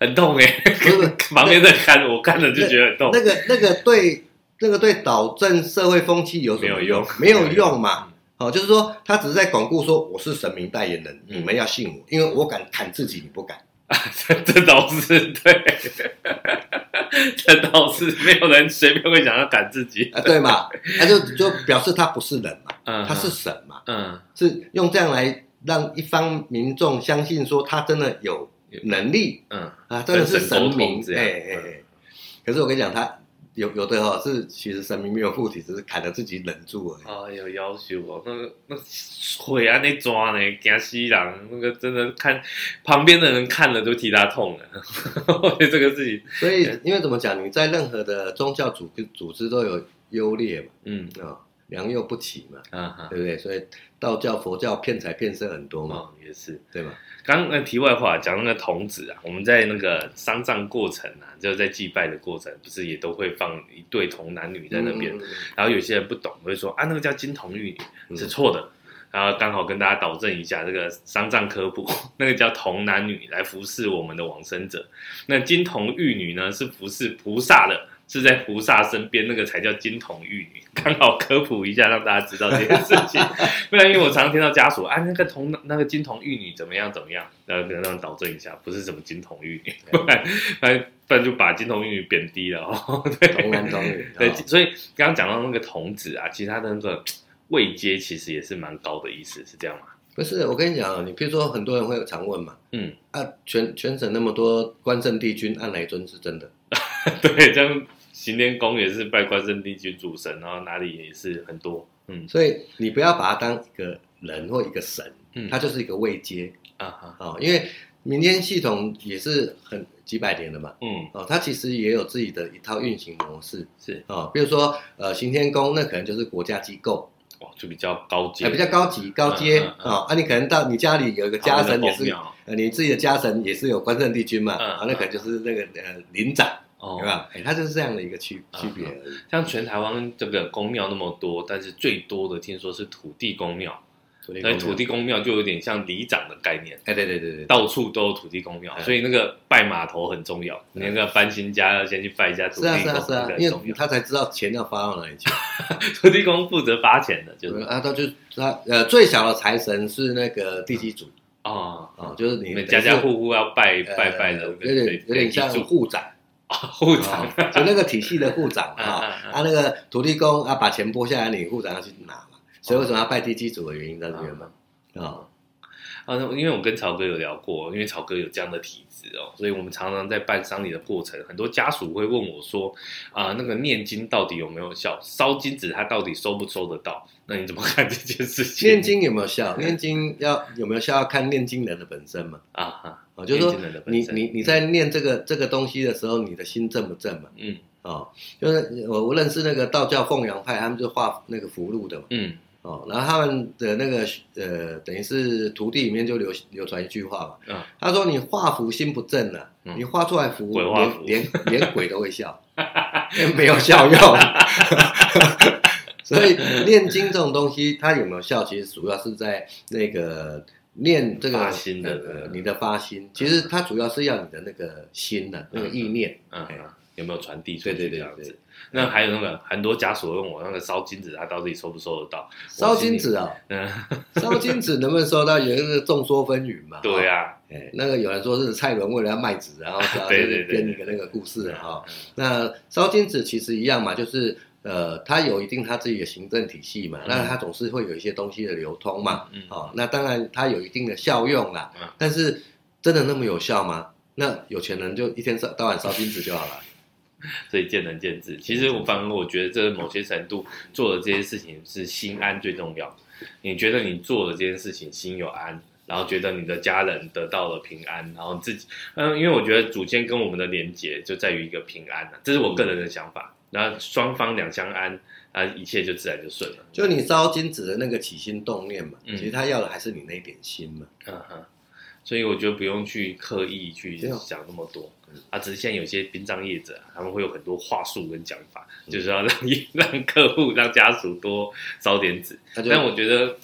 S1: 很痛哎、
S2: 不是不是
S1: 旁边在看，我看了就觉得很痛。
S2: 那个那个对那个对导正社会风气有什么
S1: 没有用
S2: 没有用嘛。好，就是说他只是在巩固说我是神明代言人，你们要信我，因为我敢砍自己，你不敢。
S1: 这这倒是对，这倒是没有人随便会想要赶自己。
S2: 啊，对嘛？他就就表示他不是人嘛，
S1: 嗯，
S2: 他是神嘛，
S1: 嗯
S2: 是用这样来让一方民众相信说他真的有能力
S1: 嗯
S2: 啊，真的是神
S1: 跟神沟
S2: 明
S1: 通，这
S2: 哎
S1: 样嗯
S2: 哎哎。可是我跟你讲，他有有的哦，是其实神明没有附体，只是砍了自己忍住而已。
S1: 啊，有要求哦，那个那腿啊那抓呢，惊死人！那个真的看旁边的人看了都替他痛了。我觉得这个事情，
S2: 所以，因为怎么讲，你在任何的宗教组组织都有优劣嘛，
S1: 嗯
S2: 啊、良莠不齐嘛，
S1: 啊哈，
S2: 对不对？所以道教、佛教骗财骗色很多嘛，
S1: 哦也是。
S2: 对吗？
S1: 刚刚那题外话讲那个童子啊，我们在那个丧葬过程啊，就是在祭拜的过程，不是也都会放一对童男女在那边，
S2: 嗯
S1: 然后有些人不懂，会说啊那个叫金童玉女
S2: 嗯
S1: 是错的，然后刚好跟大家导正一下这个丧葬科普，那个叫童男女来服侍我们的往生者，那金童玉女呢是服侍菩萨的。是在菩萨身边，那个才叫金童玉女。刚好科普一下，让大家知道这件事情。不然，因为我常常听到家属啊，那个童那个金童玉女怎么样怎么样，然后让人导正一下，不是什么金童玉女，不然不然不然就把金童玉女贬低了哦。对，
S2: 童男童女，
S1: 对，
S2: 哦
S1: 所以刚刚讲到那个童子啊，其实他的那个位阶其实也是蛮高的意思，是这样吗？
S2: 不是，我跟你讲啊，你譬如说很多人会有常问嘛，
S1: 嗯，
S2: 啊，全全省那么多关圣帝君，按哪一尊是真的？
S1: 对，这样行天宫也是拜关圣帝君主神，然后哪里也是很多，嗯
S2: 所以你不要把它当一个人或一个神，
S1: 嗯，
S2: 它就是一个位阶
S1: 啊哈，
S2: 哦，因为民间系统也是很几百年了嘛，
S1: 嗯
S2: 哦，它其实也有自己的一套运行模式
S1: 是
S2: 哦，比如说呃，行天宫那可能就是国家机构，哎
S1: 哦，就比较高阶，
S2: 还比较高级高阶
S1: 嗯嗯嗯
S2: 哦，啊，你可能到你家里有一个家神也是，呃，你自己的家神也是有关圣帝君嘛，
S1: 嗯
S2: 啊，那可能就是那个呃灵长。
S1: 哦
S2: 对，吧？哎、它就是这样的一个区
S1: 啊
S2: 区别而已。
S1: 像全台湾这个公庙那么多，但是最多的听说是土地公庙，
S2: 土
S1: 那土地，公庙就有点像里长的概念。
S2: 哎，对对对对，
S1: 到处都有土地公庙，
S2: 嗯
S1: 所以那个拜码头很重要。你那个搬新家要先去拜一下土
S2: 是
S1: 地
S2: 啊
S1: 公，
S2: 哎是啊是啊
S1: 这，个很
S2: 因
S1: 重
S2: 为
S1: 要。
S2: 他才知道钱要发到哪里去。
S1: 土地公负责发钱的， 就是
S2: 啊，他就他呃最小的财神是那个地基主
S1: 哦，
S2: 啊、哦，就是
S1: 你
S2: 你
S1: 们家家
S2: 户
S1: 户户要拜拜拜的，
S2: 呃有点有点像
S1: 户
S2: 户长
S1: 户
S2: 啊、
S1: 长
S2: 就那个体系的户长
S1: 哦 啊
S2: 啊。
S1: 啊
S2: 啊，那个土地公啊，把钱拨下来，你户长要去拿嘛，所以为什么要拜地基主的原因在这边嘛，
S1: 哦
S2: 啊，
S1: 啊，那因为我跟曹哥有聊过，因为曹哥有这样的体质哦，所以我们常常在办丧礼的过程，很多家属会问我说，啊、那个念经到底有没有效？烧金纸它到底收不收得到？那你怎么看这件事情？
S2: 念经有没有效？念经要有没有效要看念经人的本身嘛，
S1: 啊哈，
S2: 啊，就是说
S1: 念经人的本
S2: 你
S1: 身
S2: 你你在念这个这个东西的时候，你的心正不正嘛？
S1: 嗯
S2: 哦，就是我我认识那个道教凤阳派，他们就画那个符箓的嘛。
S1: 嗯
S2: 哦，然后他们的那个呃，等于是徒弟里面就流流传一句话嘛，
S1: 嗯
S2: 他说你画符心不正了、
S1: 嗯
S2: 你画出来符
S1: 鬼画符
S2: 连连连鬼都 会笑，因为没有 效用。所以念经这种东西，它有没有效，其实主要是在那个念这个
S1: 发心的嗯
S2: 呃你的发心，其实它主要是要你的那个心呢、啊那个意念。
S1: 嗯
S2: 哎
S1: 嗯，有没有传递出
S2: 对
S1: 去
S2: 对
S1: 这
S2: 对
S1: 样
S2: 对
S1: 子？那还有那个很多家属问我，那个烧金纸它到底收不收得到？
S2: 烧金纸啊、
S1: 嗯，
S2: 烧金纸能不能收到，也是众说纷纭嘛。
S1: 对
S2: 啊，
S1: 呀、
S2: 哎，那个有人说是蔡伦为了要卖纸，然后
S1: 对对对
S2: 编一个那个故事啊、
S1: 啊，
S2: 那烧金纸其实一样嘛，就是呃，它有一定它自己的行政体系嘛，
S1: 嗯
S2: 那它总是会有一些东西的流通嘛。
S1: 嗯，
S2: 好、那当然它有一定的效用啦，
S1: 嗯
S2: 但是真的那么有效吗？那有钱人就一天到晚烧金纸就好了。
S1: 所以见仁见智。其实我反而我觉得，这某些程度做的这些事情是心安最重要。你觉得你做的这件事情心有安，然后觉得你的家人得到了平安，然后自己，嗯，因为我觉得祖先跟我们的连结就在于一个平安啊，这是我个人的想法。然后双方两相安，啊，一切就自然就顺了。
S2: 就你烧金纸的那个起心动念嘛，
S1: 嗯
S2: 其实他要的还是你那一点心嘛。
S1: 嗯哼，所以我觉得不用去刻意去
S2: 对啊
S1: 想那么多
S2: 嗯
S1: 啊，只是现在有些殡葬业者啊、他们会有很多话术跟讲法，就是要让让客户让家属多烧点纸。
S2: 他就
S1: 但我觉得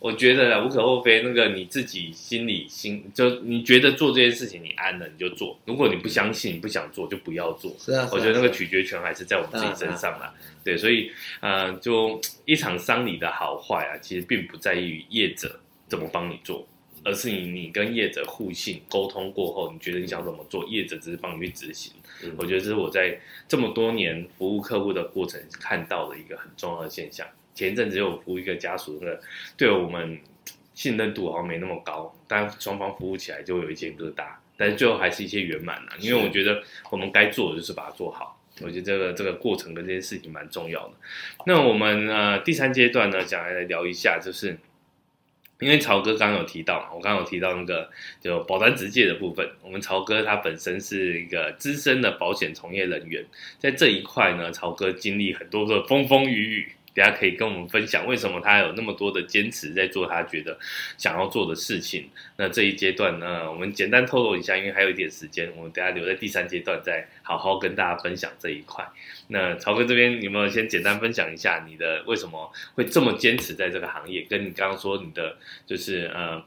S1: 我觉得啦无可厚非，那个你自己心里心就你觉得做这件事情你安了你就做，如果你不相信你不想做就不要做。
S2: 是 啊，
S1: 我觉得那个
S2: 曲
S1: 取决权还是在我们自己身上啦。对，所以呃，就一场丧礼的好坏啊，其实并不在于业者怎么帮你做，而是你你跟业者互信沟通过后，你觉得你想怎么做，业者只是帮你去执行。
S2: 嗯
S1: 我觉得这是我在这么多年服务客户的过程看到的一个很重要的现象。前一阵子有服务一个家属，那个对我们信任度好像没那么高，但双方服务起来就会有一些疙瘩，但是最后还是一些圆满了、因为我觉得我们该做的就是把它做好。我觉得这个这个过程跟这件事情蛮重要的。那我们呃第三阶段呢，想来聊一下，就是因为曹哥刚刚有提到嘛，我刚刚有提到那个就保单直介的部分，我们曹哥他本身是一个资深的保险从业人员，在这一块呢，曹哥经历很多的风风雨雨。大家可以跟我们分享为什么他有那么多的坚持在做他觉得想要做的事情。那这一阶段呢，我们简单透露一下，因为还有一点时间，我们等一下留在第三阶段再好好跟大家分享这一块。那曹哥这边有没有先简单分享一下你的为什么会这么坚持在这个行业？跟你刚刚说你的就是呃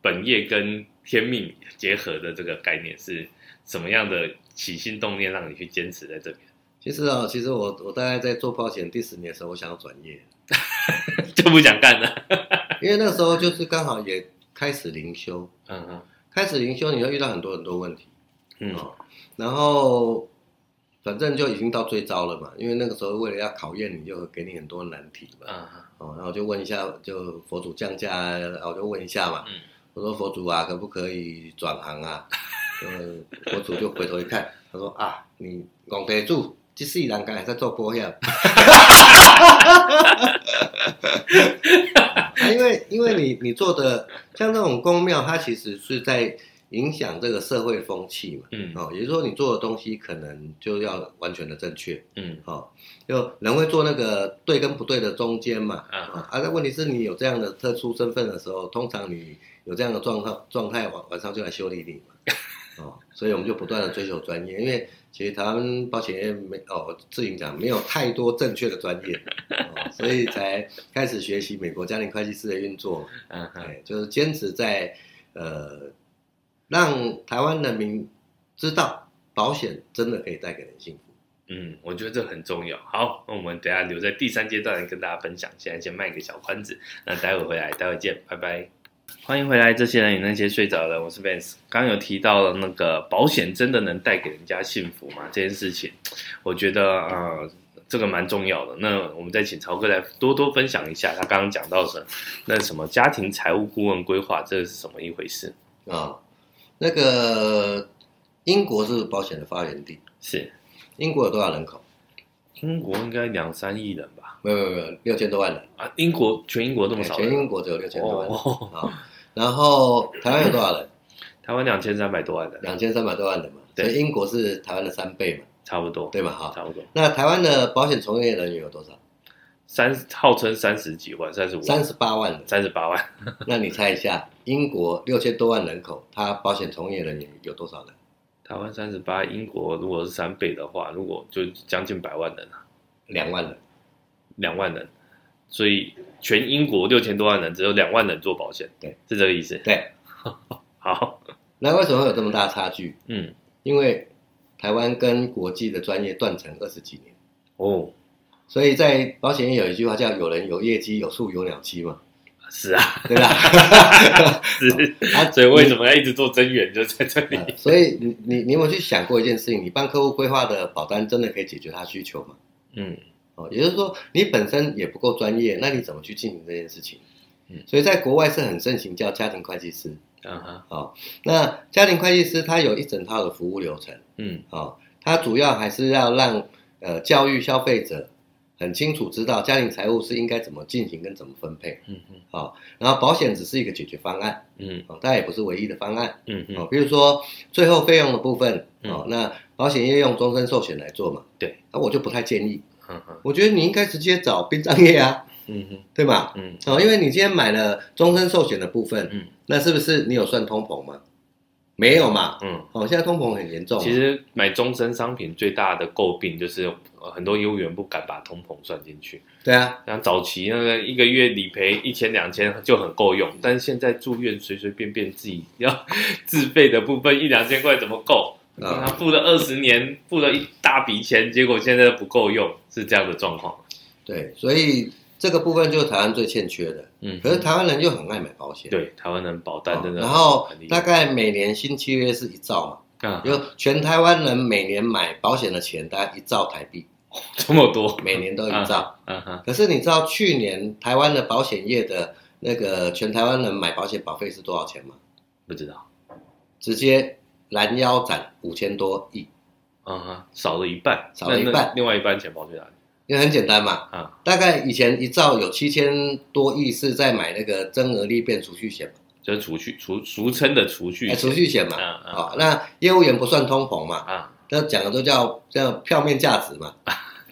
S1: 本业跟天命结合的这个概念是什么样的起心动念让你去坚持在这边？
S2: 其实啊、其实我我大概在做保险第十年的时候，我想要转业，
S1: 就不想干了。
S2: 因为那时候就是刚好也开始灵修，
S1: 嗯嗯
S2: 开始灵修你会遇到很多很多问题，
S1: 嗯
S2: 哦，然后反正就已经到最糟了嘛，因为那个时候为了要考验你，就给你很多难题嘛，
S1: 嗯
S2: 哦，然后就问一下，就佛祖降价，啊然后我就问一下嘛，
S1: 嗯
S2: 我说佛祖啊，可不可以转行啊？ 嗯，佛祖就回头一看，他说啊，你戆地主，这世人敢还在做保险？ 啊因为因为你你做的像这种公庙，它其实是在影响这个社会风气嘛。
S1: 嗯
S2: 哦，也就是说你做的东西可能就要完全的正确。
S1: 嗯
S2: 哦，就人会做那个对跟不对的中间嘛。
S1: 嗯
S2: 哦啊，那问题是你有这样的特殊身份的时候，通常你有这样的状况状态，晚晚上就来修理你嘛。哦，所以我们就不断的追求专业，因为其实台湾保险业没哦，自营讲没有太多正确的专业，哦，所以才开始学习美国家庭会计师的运作嘛。
S1: 嗯嗯
S2: 哎，就是坚持在呃，让台湾人民知道保险真的可以带给人幸福。
S1: 嗯，我觉得这很重要。好，那我们等一下留在第三阶段来跟大家分享。现在先卖个小关子，那待会回来，待会见，拜拜。欢迎回来，这些人与那些睡着的人，我是 Vance。刚刚有提到了那个保险真的能带给人家幸福吗？这件事情，我觉得呃，这个蛮重要的。那我们再请曹哥来多多分享一下，他刚刚讲到的那什么家庭财务顾问规划，这是什么一回事？
S2: 啊、那个英国是保险的发源地。
S1: 是
S2: 英国有多少人口？
S1: 英国应该两三亿人吧？
S2: 没有没有没有，六千多万人。
S1: 啊，英国全英国这么少
S2: 全
S1: 人？
S2: 英国只有六千多万人啊、
S1: 哦，
S2: 然后台湾有多少人？
S1: 台湾两千三百多万人，
S2: 两千三百多万人嘛。
S1: 对
S2: 所以英国是台湾的三倍嘛，
S1: 差不多，
S2: 对嘛？哈。
S1: 差不多，
S2: 那台湾的保险从业人员有多少？
S1: 三号称三十几万，三十五，
S2: 三十八万人。
S1: 三十八万，
S2: 那你猜一下，英国六千多万人口，它保险从业人员有多少人？
S1: 台湾三十八，英国如果是三倍的话，如果就将近百万人啊，
S2: 两万人。
S1: 两万人，所以全英国六千多万人，只有两万人做保险，
S2: 对，
S1: 是这个意思。
S2: 对。
S1: 好，
S2: 那为什么会有这么大差距？
S1: 嗯，
S2: 因为台湾跟国际的专业断层二十几年。
S1: 哦，
S2: 所以在保险业有一句话叫“有人有业绩，有树有鸟栖”嘛，
S1: 是啊，
S2: 对吧？
S1: 是，
S2: 啊
S1: 所以为什么要一直做增援，就在这里，
S2: 呃所以你你你有没有去想过一件事情？你帮客户规划的保单真的可以解决他需求吗？
S1: 嗯
S2: 哦，也就是说你本身也不够专业，那你怎么去进行这件事情
S1: 嗯？
S2: 所以在国外是很盛行叫家庭会计师。
S1: 嗯哈，
S2: 哦，那家庭会计师他有一整套的服务流程。
S1: 嗯
S2: 哦，它主要还是要让呃教育消费者很清楚知道家庭财务是应该怎么进行跟怎么分配。
S1: 嗯嗯
S2: 啊然后保险只是一个解决方案
S1: 嗯
S2: 哦，它也不是唯一的方案
S1: 嗯嗯
S2: 哦。比如说最后费用的部分哦，那保险业用终身寿险来做嘛，
S1: 对，
S2: 那、我就不太建议。
S1: 嗯嗯
S2: 我觉得你应该直接找殡葬业啊，
S1: 嗯
S2: 对吧？啊
S1: 嗯
S2: 哦，因为你今天买了终身寿险的部分，
S1: 嗯
S2: 那是不是你有算通膨吗？没有嘛，
S1: 嗯，
S2: 哦，现在通膨很严重啊，
S1: 其实买终身商品最大的诟病就是呃很多业务员不敢把通膨算进去。
S2: 对啊，
S1: 像早期那个一个月理赔一千两千就很够用，但是现在住院随随便便自己要自费的部分一两千块怎么够？他
S2: 啊，
S1: 付了二十年，付了一大笔钱，结果现在不够用，是这样的状况。
S2: 对，所以这个部分就是台湾最欠缺的。
S1: 嗯
S2: 可是台湾人又很爱买保险，
S1: 对台湾人保单
S2: 哦
S1: 真的
S2: 然后
S1: 很厉
S2: 大
S1: 害，
S2: 概每年新契约是一兆嘛，
S1: 啊，
S2: 就全台湾人每年买保险的钱大概一兆台币，
S1: 这么多，
S2: 每年都一兆。
S1: 嗯哼，
S2: 可是你知道去年台湾的保险业的那个全台湾人买保险保费是多少钱吗？
S1: 不知道，
S2: 直接拦腰斩五千多亿，
S1: 嗯哼，少了一半，
S2: 少了一
S1: 那那
S2: 半
S1: 另外一半钱跑去哪里？
S2: 因为很简单嘛。
S1: 啊，
S2: 大概以前一兆有七千多亿是在买那个增额利变储蓄险嘛，
S1: 就是储蓄，俗俗称的储蓄
S2: 哎，
S1: 险，
S2: 储蓄险嘛。
S1: 嗯嗯
S2: 哦，那业务员不算通膨嘛，
S1: 啊，
S2: 那讲的都叫叫票面价值嘛。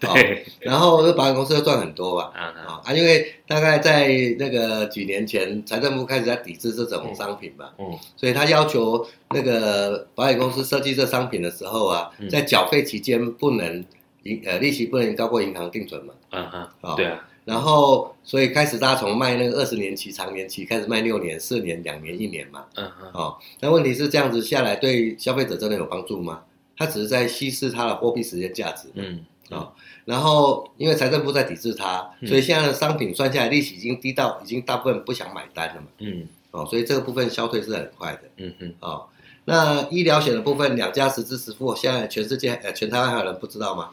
S2: 哦，
S1: 对，
S2: 然后那保险公司就赚很多嘛。
S1: 啊啊，
S2: 啊，因为大概在那个几年前，财政部开始在抵制这种商品嘛，
S1: 嗯，
S2: 所以他要求那个保险公司设计这商品的时候啊，
S1: 嗯
S2: 在缴费期间不能银呃利息不能高过银行定存嘛，
S1: 嗯哼，
S2: 哦
S1: 对啊，
S2: 然后所以开始大家从卖那个二十年期、长年期开始卖六年、四年、两年、一年嘛，
S1: 嗯哼，
S2: 哦，那问题是这样子下来对消费者真的有帮助吗？它只是在稀释它的货币时间价值，
S1: 嗯，
S2: 哦，然后因为财政部在抵制它，
S1: 嗯
S2: 所以现在的商品算下来利息已经低到已经大部分不想买单了嘛，
S1: 嗯
S2: 哦，所以这个部分消退是很快的
S1: 嗯哼，
S2: 哦。那医疗险的部分，两家实支实付，现在全世界呃全台湾还有人不知道吗？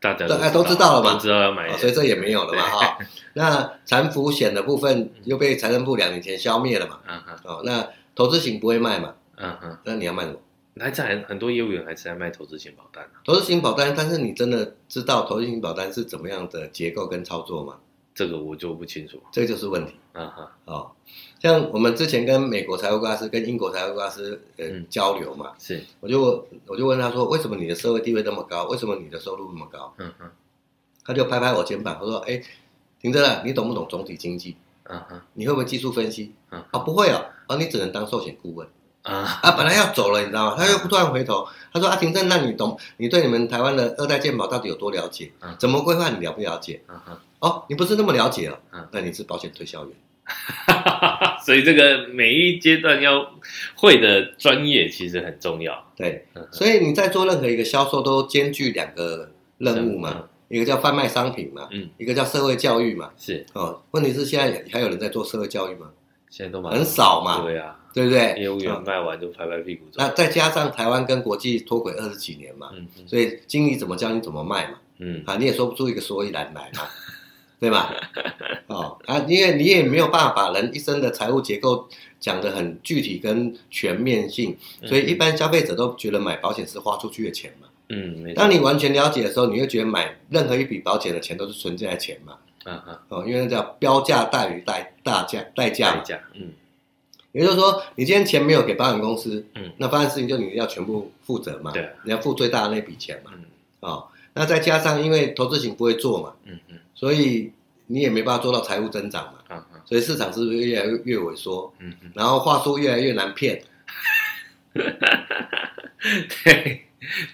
S1: 大家
S2: 大家哎都知道了吧
S1: 都知道要买
S2: 哦，，所以这也没有了嘛哈、那产妇险的部分又被财政部两年前消灭了嘛，
S1: 嗯哼，
S2: 哦，那投资型不会卖嘛，
S1: 嗯哼，
S2: 那你要卖什么？
S1: 还在很很多业务员还是在卖投资型保单啊，
S2: 投资型保单，但是你真的知道投资型保单是怎么样的结构跟操作吗？
S1: 这个我就不清楚，
S2: 这就是问题。
S1: 嗯哼，
S2: 哦，像我们之前跟美国财务规划师、跟英国财务规划师呃、
S1: 嗯
S2: 交流嘛，
S1: 是，
S2: 我就我就问他说，为什么你的社会地位那么高？为什么你的收入那么高？
S1: 嗯哼，
S2: 他就拍拍我肩膀，他说：“哎，停着了，你懂不懂总体经济？
S1: 嗯哼，
S2: 你会不会技术分析？
S1: 嗯
S2: 啊，不会哦，啊，你只能当寿险顾问
S1: 啊，
S2: 啊。本来要走了，你知道吗？他又突然回头，他说：‘啊，停正，那你懂？你对你们台湾的二代健保到底有多了解
S1: 嗯？
S2: 怎么规划？你了不了解？
S1: 嗯 哼。
S2: 哦，你不是那么了解哦
S1: 嗯，
S2: 那你是保险推销员。’
S1: 所以这个每一阶段要会的专业其实很重要。
S2: 对
S1: 嗯，
S2: 所以你在做任何一个销售都兼具两个任务嘛，一个叫贩卖商品嘛，
S1: 嗯，
S2: 一个叫社会教育嘛。
S1: 是，
S2: 哦，问题是现在还有人在做社会教育吗？
S1: 现在都蛮
S2: 很少嘛，
S1: 对啊，
S2: 对不对？
S1: 业务员
S2: 哦
S1: 卖完就拍拍屁股走。
S2: 那再加上台湾跟国际脱轨二十几年嘛，
S1: 嗯嗯
S2: 所以经理怎么教你怎么卖嘛，
S1: 嗯
S2: 啊，你也说不出一个所以然来 嘛，对吧？哦，啊，因为你也没有办法把人一生的财务结构讲得很具体跟全面性，所以一般消费者都觉得买保险是花出去的钱嘛。
S1: 嗯，没错
S2: 当你完全了解的时候，你会觉得买任何一笔保险的钱都是存进来的钱嘛？
S1: 啊啊，
S2: 哦，因为那叫标价大于代大价代价
S1: 代
S2: 嘛。
S1: 价，嗯
S2: 也就是说，你今天钱没有给保险公司，
S1: 嗯
S2: 那发生事情就你要全部负责嘛，
S1: 对啊
S2: 你要付最大的那笔钱嘛。
S1: 嗯
S2: 哦，那再加上因为投资型不会做嘛，
S1: 嗯嗯
S2: 所以你也没办法做到财务增长嘛，
S1: 啊啊，
S2: 所以市场是不是越来越越萎缩？
S1: 嗯嗯，
S2: 然后话术越来越难骗，
S1: 对，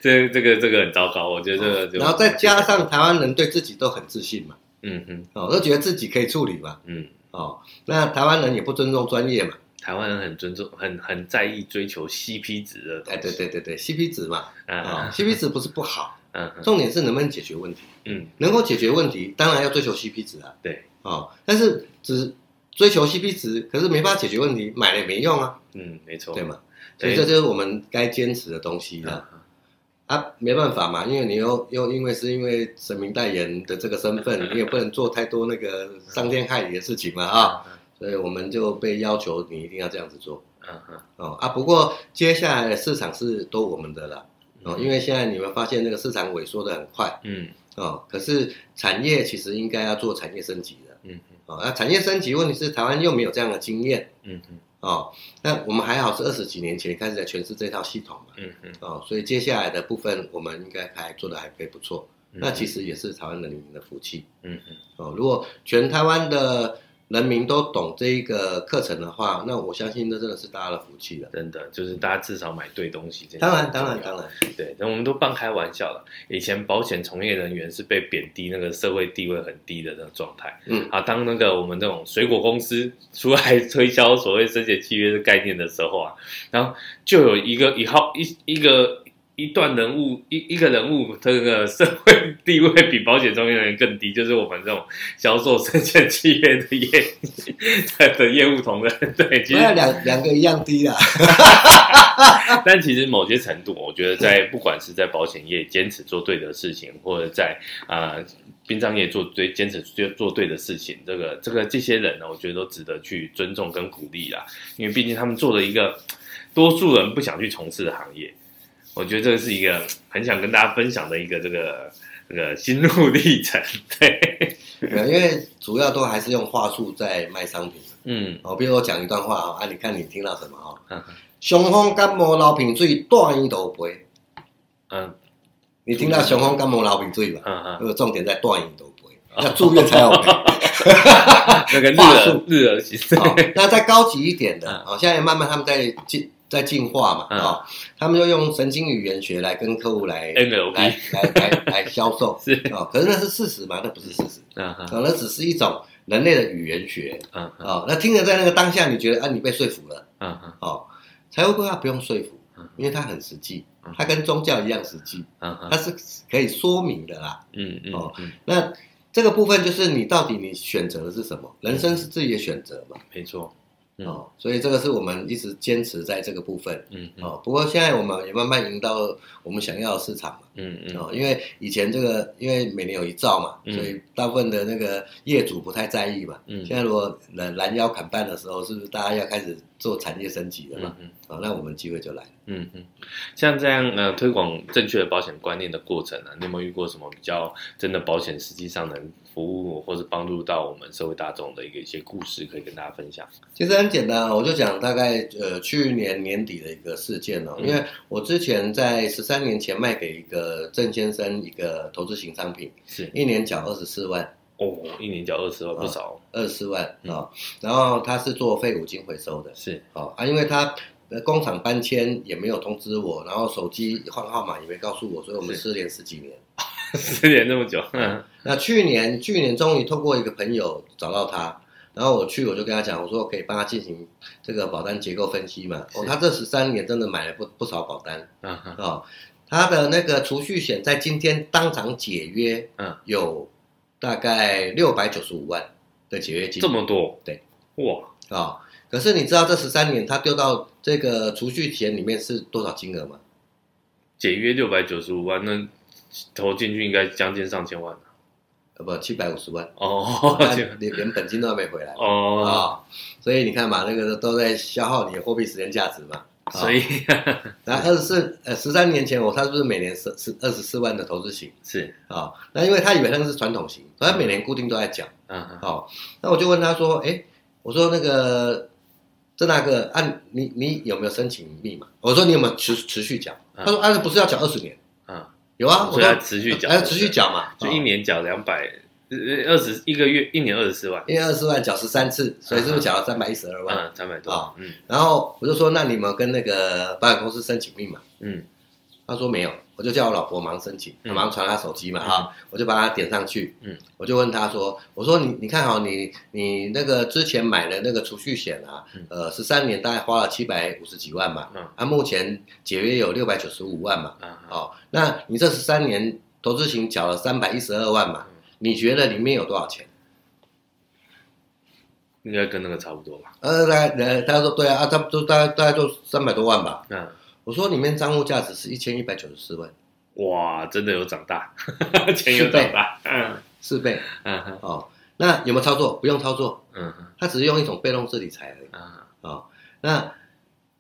S1: 这这个这个很糟糕，我觉得这个就。
S2: 然后再加上台湾人对自己都很自信嘛，
S1: 嗯嗯
S2: 哦，都觉得自己可以处理嘛，
S1: 嗯，
S2: 哦，那台湾人也不尊重专业嘛。
S1: 台湾人很尊重，很很在意追求 CP 值的东
S2: 哎，
S1: 西。
S2: 对对对对，CP 值嘛，啊、
S1: 啊
S2: c p 值不是不好，
S1: 嗯嗯
S2: 重点是能不能解决问题。
S1: 嗯
S2: 能够解决问题，当然要追求 CP 值啊。
S1: 对，
S2: 哦，但是只追求 CP 值，可是没办法解决问题，买了也没用啊，
S1: 嗯，没错。
S2: 对吗？所
S1: 对
S2: 以这就是我们该坚持的东西
S1: 嗯？
S2: 了。
S1: 嗯
S2: 啊，没办法嘛，因为你又又因为是因为神明代言的这个身份，你也不能做太多那个伤天害理的事情嘛啊，
S1: 嗯
S2: 所以我们就被要求你一定要这样子做。
S1: 嗯嗯
S2: 哦啊，不过接下来的市场是都我们的了。哦，因为现在你们发现那个市场萎缩的很快
S1: 嗯
S2: 哦，可是产业其实应该要做产业升级的
S1: 嗯
S2: 哦。那产业升级问题是台湾又没有这样的经验
S1: 嗯嗯
S2: 哦。那我们还好是二十几年前开始在诠释这套系统嘛
S1: 嗯嗯，
S2: 哦，所以接下来的部分我们应该还做的还可以不错。那其
S1: 实
S2: 实也是台湾人民的福气
S1: 嗯嗯
S2: 哦。如果全台湾的人民都懂这一个课程的话，那我相信那真的是大家的福气了。
S1: 真的就是大家至少买对东西这件事
S2: 当
S1: 很重
S2: 然，
S1: 要。
S2: 当然，当然，
S1: 对，那我们都半开玩笑了。以前保险从业人员是被贬低，那个社会地位很低的那个状态。
S2: 嗯
S1: 啊，当那个我们这种水果公司 出来推销所谓生前契约的概念的时候啊，然后就有一个一号一一个一段人物一一个人物，这个社会地位比保险从业人员更低，就是我们这种销售生前契约的业 的的业务同仁。对，其
S2: 不
S1: 实
S2: 要两两个一样低啦。
S1: 但其实某些程度，我觉得在不管是在保险业坚持做对的事情，或者在啊、呃、殡葬业做对坚持做做对的事情，这个这个这些人呢，我觉得都值得去尊重跟鼓励啦，因为毕竟他们做了一个多数人不想去从事的行业，我觉得这个是一个很想跟大家分享的一个这个这个心路历程。 对，
S2: 对因为主要都还是用话术在卖商品。
S1: 嗯，
S2: 哦，比如我讲一段话哦，啊，你看你听到什么哦
S1: 嗯？
S2: 雄风感冒流鼻水，断一头杯。
S1: 嗯
S2: 你听到雄风感冒流鼻水吧？
S1: 嗯嗯，
S2: 呃，重点在断一头杯，
S1: 哦
S2: 要住院才有 赔。
S1: 那个日
S2: 话
S1: 耳
S2: 术
S1: 日耳其实，
S2: 哦，那再高级一点的
S1: 嗯，
S2: 哦，现在慢慢他们在进在进化嘛，
S1: 嗯
S2: 哦，他们就用神经语言学来跟客户来
S1: NLP
S2: 来来来来销售
S1: 是
S2: 哦，可是那是事实嘛，那不是事实，
S1: 嗯嗯
S2: 哦，那只是一种人类的语言学
S1: 嗯嗯
S2: 哦，那听着在那个当下，你觉得啊，你被说服了
S1: 嗯嗯
S2: 哦，财务规划不用说服
S1: 嗯，
S2: 因为它很实际
S1: 嗯，
S2: 它跟宗教一样实际，
S1: 嗯
S2: 它是可以说明的啦。
S1: 嗯嗯
S2: 哦
S1: 嗯，
S2: 那这个部分就是你到底你选择的是什么？人生是自己的选择嘛。
S1: 没错，嗯
S2: 哦，所以这个是我们一直坚持在这个部分。
S1: 嗯嗯。
S2: 哦，不过现在我们也慢慢赢到我们想要的市场嘛。
S1: 嗯嗯
S2: 哦，因为以前这个因为每年有一兆嘛，
S1: 嗯
S2: 所以大部分的那个业主不太在意嘛。
S1: 嗯
S2: 现在如果拦拦腰砍半的时候，是不是大家要开始做产业升级了嘛？
S1: 嗯
S2: 哦，那我们机会就来了。
S1: 嗯嗯，像这样呃推广正确的保险观念的过程啊，你有没有遇过什么比较真的保险实际上能服务或是帮助到我们社会大众的一个一些故事可以跟大家分享？
S2: 其实很简单啊，我就讲大概呃去年年底的一个事件哦，
S1: 嗯
S2: 因为我之前在十三年前卖给一个郑先生一个投资型商品，
S1: 是
S2: 一年缴二十四万，
S1: 哦，一年缴二十万不少哦，
S2: 二十四万啊、哦然后他是做废五金回收的，
S1: 是
S2: 哦啊，因为他呃工厂搬迁也没有通知我，然后手机换号码也没告诉我，所以我们
S1: 是
S2: 失联十几年。
S1: 十年那么久， 嗯
S2: 那去年去年终于透过一个朋友找到他，然后我去我就跟他讲，我说我可以帮他进行这个保单结构分析嘛。哦，
S1: 是
S2: 他这十三年真的买了不不少保单
S1: 嗯
S2: 哦，他的那个储蓄险在今天当场解约，
S1: 嗯，
S2: 有大概六百九十五万的解约金，
S1: 这么多，哦
S2: 对，
S1: 哇，
S2: 啊、可是你知道这十三年他丢到这个储蓄险里面是多少金额吗？
S1: 解约六百九十五万，那投进去应该将近上千万啊
S2: 呃，不，七百五十万，
S1: 哦，
S2: 他连连本金都还没回来啊、
S1: 哦，
S2: 哦所以你看嘛，那个都在消耗你的货币时间价值嘛。啊
S1: 所以
S2: 然后二十四呃十三年前我他是不是每年十十二十四万的投资型
S1: 是
S2: 啊、哦那因为他以为那个是传统型，所以他每年固定都在缴。
S1: 嗯嗯
S2: 哦，那我就问他说，哎，我说那个郑大哥，啊，你你有没有申请密码？我说你有没有持持续缴？
S1: 嗯
S2: 他说啊，不是要缴二十年？
S1: 嗯，
S2: 有啊，我
S1: 所以
S2: 说
S1: 他持续缴，
S2: 还要持续缴嘛，啊
S1: 就一年缴两百，呃二十一个月，一年二十四万，
S2: 一年二十万缴十三次，所以是不是缴了三百一十二万？
S1: 嗯，三百多
S2: 啊，
S1: 嗯
S2: 然后我就说，那你们跟那个保险公司申请密码？
S1: 嗯
S2: 他说没有，我就叫我老婆忙申请，
S1: 嗯
S2: 忙传他手机嘛哈，我就把他点上去，
S1: 嗯，
S2: 我就问他说，我说你你看好你你那个之前买的那个储蓄险啊
S1: 嗯，
S2: 呃，十三年大概花了七百五十几万嘛，
S1: 嗯
S2: 啊，目前解约有六百九十五万嘛，
S1: 啊，
S2: 哦，那你这十三年投资型缴了三百一十二万
S1: 嗯
S2: 嘛，你觉得里面有多少钱？
S1: 应该跟那个差不多吧？
S2: 呃，大概呃，他说对啊，啊，差不多大概大概就三百多万吧。
S1: 嗯，
S2: 我说里面账户价值是一千一百九十四万，
S1: 哇，真的有长大， 钱有长大，嗯
S2: 四倍
S1: 嗯哼
S2: 哦。那有没有操作？不用操作，
S1: 嗯哼
S2: 他只是用一种被动式理财而已
S1: 嗯哼
S2: 啊、哦。那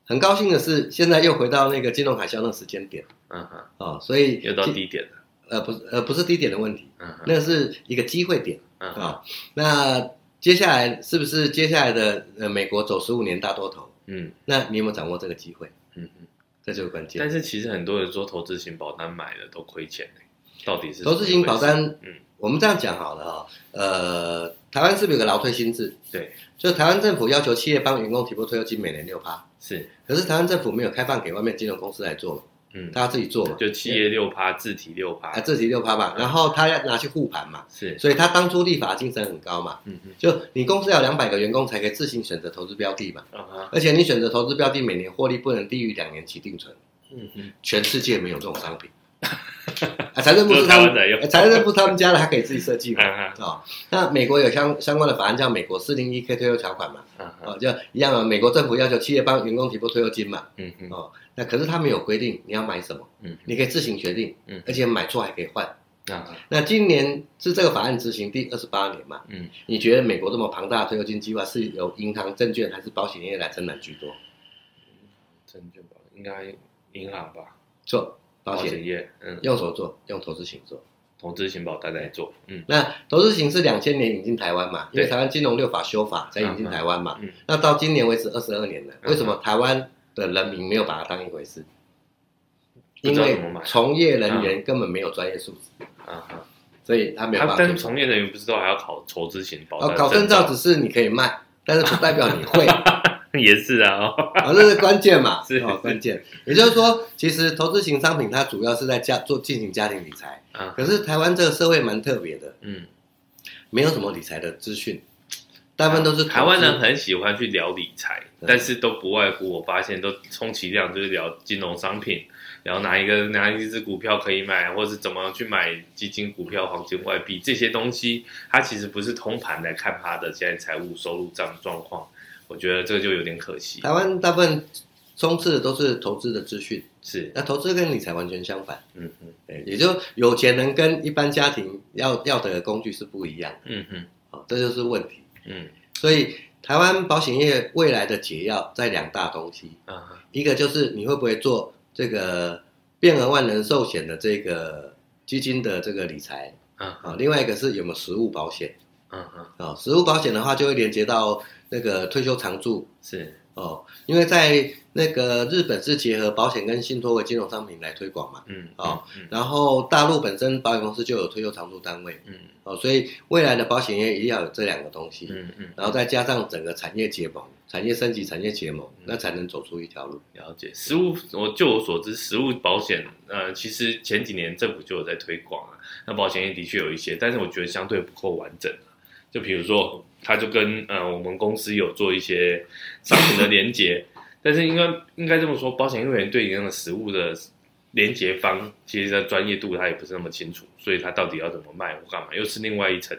S2: 很高兴的是，现在又回到那个金融海啸那个时间点
S1: 嗯哼，
S2: 啊、哦，所以
S1: 又到低点了，
S2: 呃不是呃不是低点的问题，
S1: 嗯哼
S2: 那是一个机会点
S1: 嗯
S2: 啊、
S1: 哼
S2: 哦。那接下来是不是接下来的呃美国走十五年大多头？
S1: 嗯
S2: 那你有没有掌握这个机会？
S1: 嗯嗯，
S2: 这就是关键
S1: 但。是其实很多人说投资型保单买了都亏钱欸到底是
S2: 投资型保单，
S1: 嗯
S2: 我们这样讲好了哈、呃，台湾是不是有个劳退薪制？
S1: 对，
S2: 就台湾政府要求企业帮员工提拨退休金每年六趴，
S1: 是，
S2: 可是台湾政府没有开放给外面金融公司来做嘛，
S1: 嗯，
S2: 他要自己做嘛，
S1: 就企业嗯六趴，自体六趴
S2: 啊，自己六趴嘛，然后他要拿去护盘嘛，
S1: 是，
S2: 所以他当初立法精神很高嘛，
S1: 嗯嗯
S2: 就你公司要两百个员工才可以自行选择投资标的嘛，
S1: 啊哈，
S2: 而且你选择投资标的每年获利不能低于两年期定存，
S1: 嗯嗯，
S2: 全世界没有这种 商品。啊，财政部
S1: 只
S2: 是
S1: 有
S2: 他
S1: 台
S2: 们
S1: 湾，才有
S2: 哎，财政部他们家的，他可以自己设计嘛。
S1: 啊
S2: 哦，那美国有相相关的法案叫美国四零一 K 退休条款嘛，
S1: 哈，啊哈，
S2: 哦，就一样啊，美国政府要求企业帮员工提拨退休金嘛，
S1: 嗯嗯
S2: 哦，那可是他没有规定你要买什么，
S1: 嗯
S2: 你可以自行决定，
S1: 嗯
S2: 而且买错还可以换。
S1: 嗯，啊哈，
S2: 那今年是这个法案执行第二十八年嘛，
S1: 嗯，
S2: 你觉得美国这么庞大的退休金计划是由银行、证券还是保险业来承揽居多？
S1: 证券保应该银行吧，
S2: 做保
S1: 保
S2: 险
S1: 险业，嗯，
S2: 用手做，用投资型做。
S1: 投资型保单来做，嗯
S2: 那投资型是两千年引进台湾嘛，因为
S1: 对
S2: 台湾金融六法修法才引进台湾嘛。
S1: 嗯，
S2: 那到今年为止二十二年了，
S1: 嗯
S2: 为什么台湾的人民没有把它当一回事？
S1: 不知
S2: 因
S1: 道
S2: 为
S1: 怎么买
S2: 从业人员根本没有专业素质，
S1: 啊哈，
S2: 所以他没有
S1: 他
S2: 办法
S1: 但
S2: 做
S1: 是从业人员不是都还要考投资型保
S2: 哦，
S1: 单？
S2: 考证照只是你可 以卖，但是不代表你会，
S1: 也是啊，哦，
S2: 哦，这是关键嘛，
S1: 是
S2: 哦，关键。也就是说，其实投资型商品它主要是在家做进行家庭理财，
S1: 啊，
S2: 可是台湾这个社会蛮特别的，
S1: 嗯，
S2: 没有什么理财的资讯，大部分都是投资嗯
S1: 台湾人很喜欢去聊理财，但是都不外乎我发现都充其量就是聊金融商品，聊哪一个哪一只股票可以买，或是怎么去买基金、股票、黄金、外币这些东西，它其实不是通盘来看它的现在财务收入账状况，我觉得这个就有点可惜。
S2: 台湾大部分充斥的都是投资的资讯，
S1: 是，
S2: 那投资跟理财完全相反，
S1: 嗯嗯
S2: 对也就有钱人跟一般家庭要要的工具是不一样的，
S1: 嗯嗯
S2: 哦，这就是问题。
S1: 嗯
S2: 所以台湾保险业未来的解药在两大东西，
S1: 啊
S2: 一个就是你会不会做这个变额万人寿险的这个基金的这个理财
S1: 啊
S2: 啊，另外一个是有没有实物保险
S1: 啊啊，
S2: 啊，实物保险的话就会连接到那个退休常住
S1: 是，
S2: 哦，因为在那个日本是结合保险跟信托为金融商品来推广嘛，
S1: 嗯，
S2: 哦
S1: 嗯
S2: 然后大陆本身保险公司就有退休常住单位
S1: 嗯
S2: 哦，所以未来的保险业一定要有这两个东西，
S1: 嗯嗯，
S2: 然后再加上整个产业结盟、产业升级、产业结盟，那才能走出一条路。
S1: 了解，实物我就我所知，实物保险，呃，其实前几年政府就有在推广啊。那保险业的确有一些，但是我觉得相对不够完整啊。就比如说，它就跟呃我们公司有做一些商品的连接，但是应该应该这么说，保险业务员对你那个实物的连接方，其实的专业度他也不是那么清楚，所以他到底要怎么卖或干嘛，又是另外一层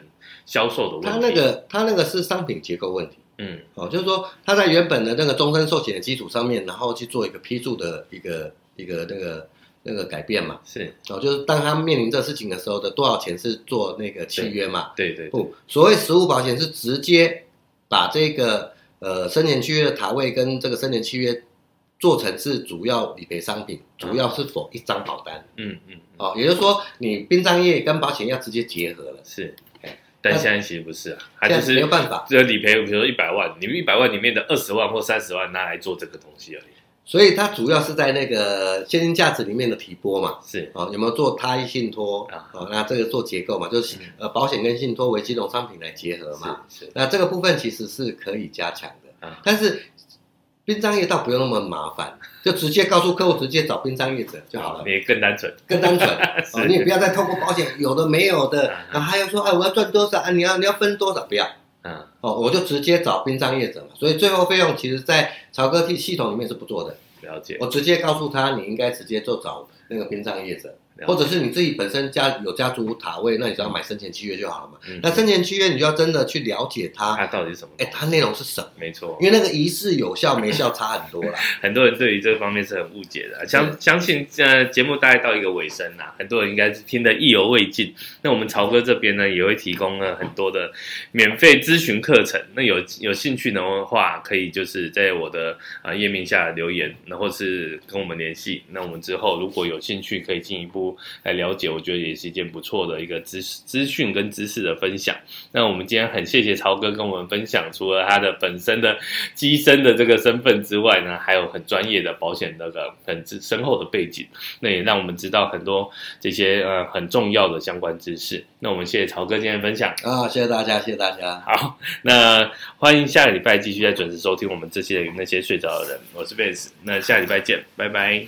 S1: 销售的问题。
S2: 它那，个它那个是商品结构问题
S1: 嗯
S2: 哦，就是说它在原本的那个终身寿险的基础上面，然后去做一个批注的一个一个那个那个改变嘛。
S1: 是
S2: 哦，就是当他面临这事情的时候的多少钱是做那个契约嘛？
S1: 对对对，
S2: 不，所谓实物保险是直接把这个呃生前契约的塔位跟这个生前契约做成是主要理赔商品，主要是否一张保单。
S1: 嗯嗯，嗯
S2: 哦，也就是说，你殡葬业跟保险要直接结合了，
S1: 是。但现在其实不是啊，它就
S2: 这样
S1: 是
S2: 没有办法。
S1: 这个理赔，比如说一百万，你们一百万里面的二十万或三十万拿来做这个东西而已。
S2: 所以它主要是在那个现金价值里面的提拨嘛。
S1: 是，
S2: 哦，有没有做他一信托？
S1: 啊
S2: 哦，那这个做结构嘛，就是
S1: 嗯
S2: 呃保险跟信托为金融商品来结合嘛。
S1: 是是
S2: 那这个部分其实是可以加强的，
S1: 啊
S2: 但是殡葬业倒不用那么麻烦，就直接告诉客户直接找殡葬业者就好了，
S1: 你更单纯。
S2: 更 单纯。哦，
S1: 啊是
S2: 你也不要再透过保险有的没有的
S1: 啊，
S2: 然后还要说哎我要赚多少啊，你要你要分多少，不要
S1: 嗯，
S2: 哦，我就直接找殡葬业者嘛。所以最后费用其实，在曹哥系系统里面是不做的，
S1: 了解。
S2: 我直接告诉他你应该直接就找那个殡葬业
S1: 了
S2: 者。
S1: 解
S2: 或者是你自己本身家有家族塔位，那你只要买生前契约就好了嘛。
S1: 嗯啊
S2: 那生前契约你就要真的去了解它，
S1: 它到底是什么
S2: 哎、
S1: 东西？
S2: 它内容是什么？
S1: 没错，
S2: 因为那个仪式有效没效差很多啦。
S1: 很多人对于这方面是很误解的啊。相相信呃节目大概到一个尾声啦，很多人应该是听得意犹未尽。那我们曹哥这边呢，也会提供了很多的免费咨询课程。那有有兴趣的话，可以就是在我的啊、呃页面下留言，然后是跟我们联系。那我们之后如果有兴趣，可以进一步户来了解，我觉得也是一件不错的一个资资讯跟知识的分享。那我们今天很谢谢曹哥跟我们分享，除了他的本身的机身的这个身份之外呢，还有很专业的保险那个很深厚的背景，那也让我们知道很多这些呃很重要的相关知识。那我们谢谢曹哥今天的分享。
S2: 啊，谢谢大家，谢谢大家，
S1: 好，那欢迎下个礼拜继续再准时收听我们这些人那些睡着的人，我是贝斯，那下礼拜见，拜拜。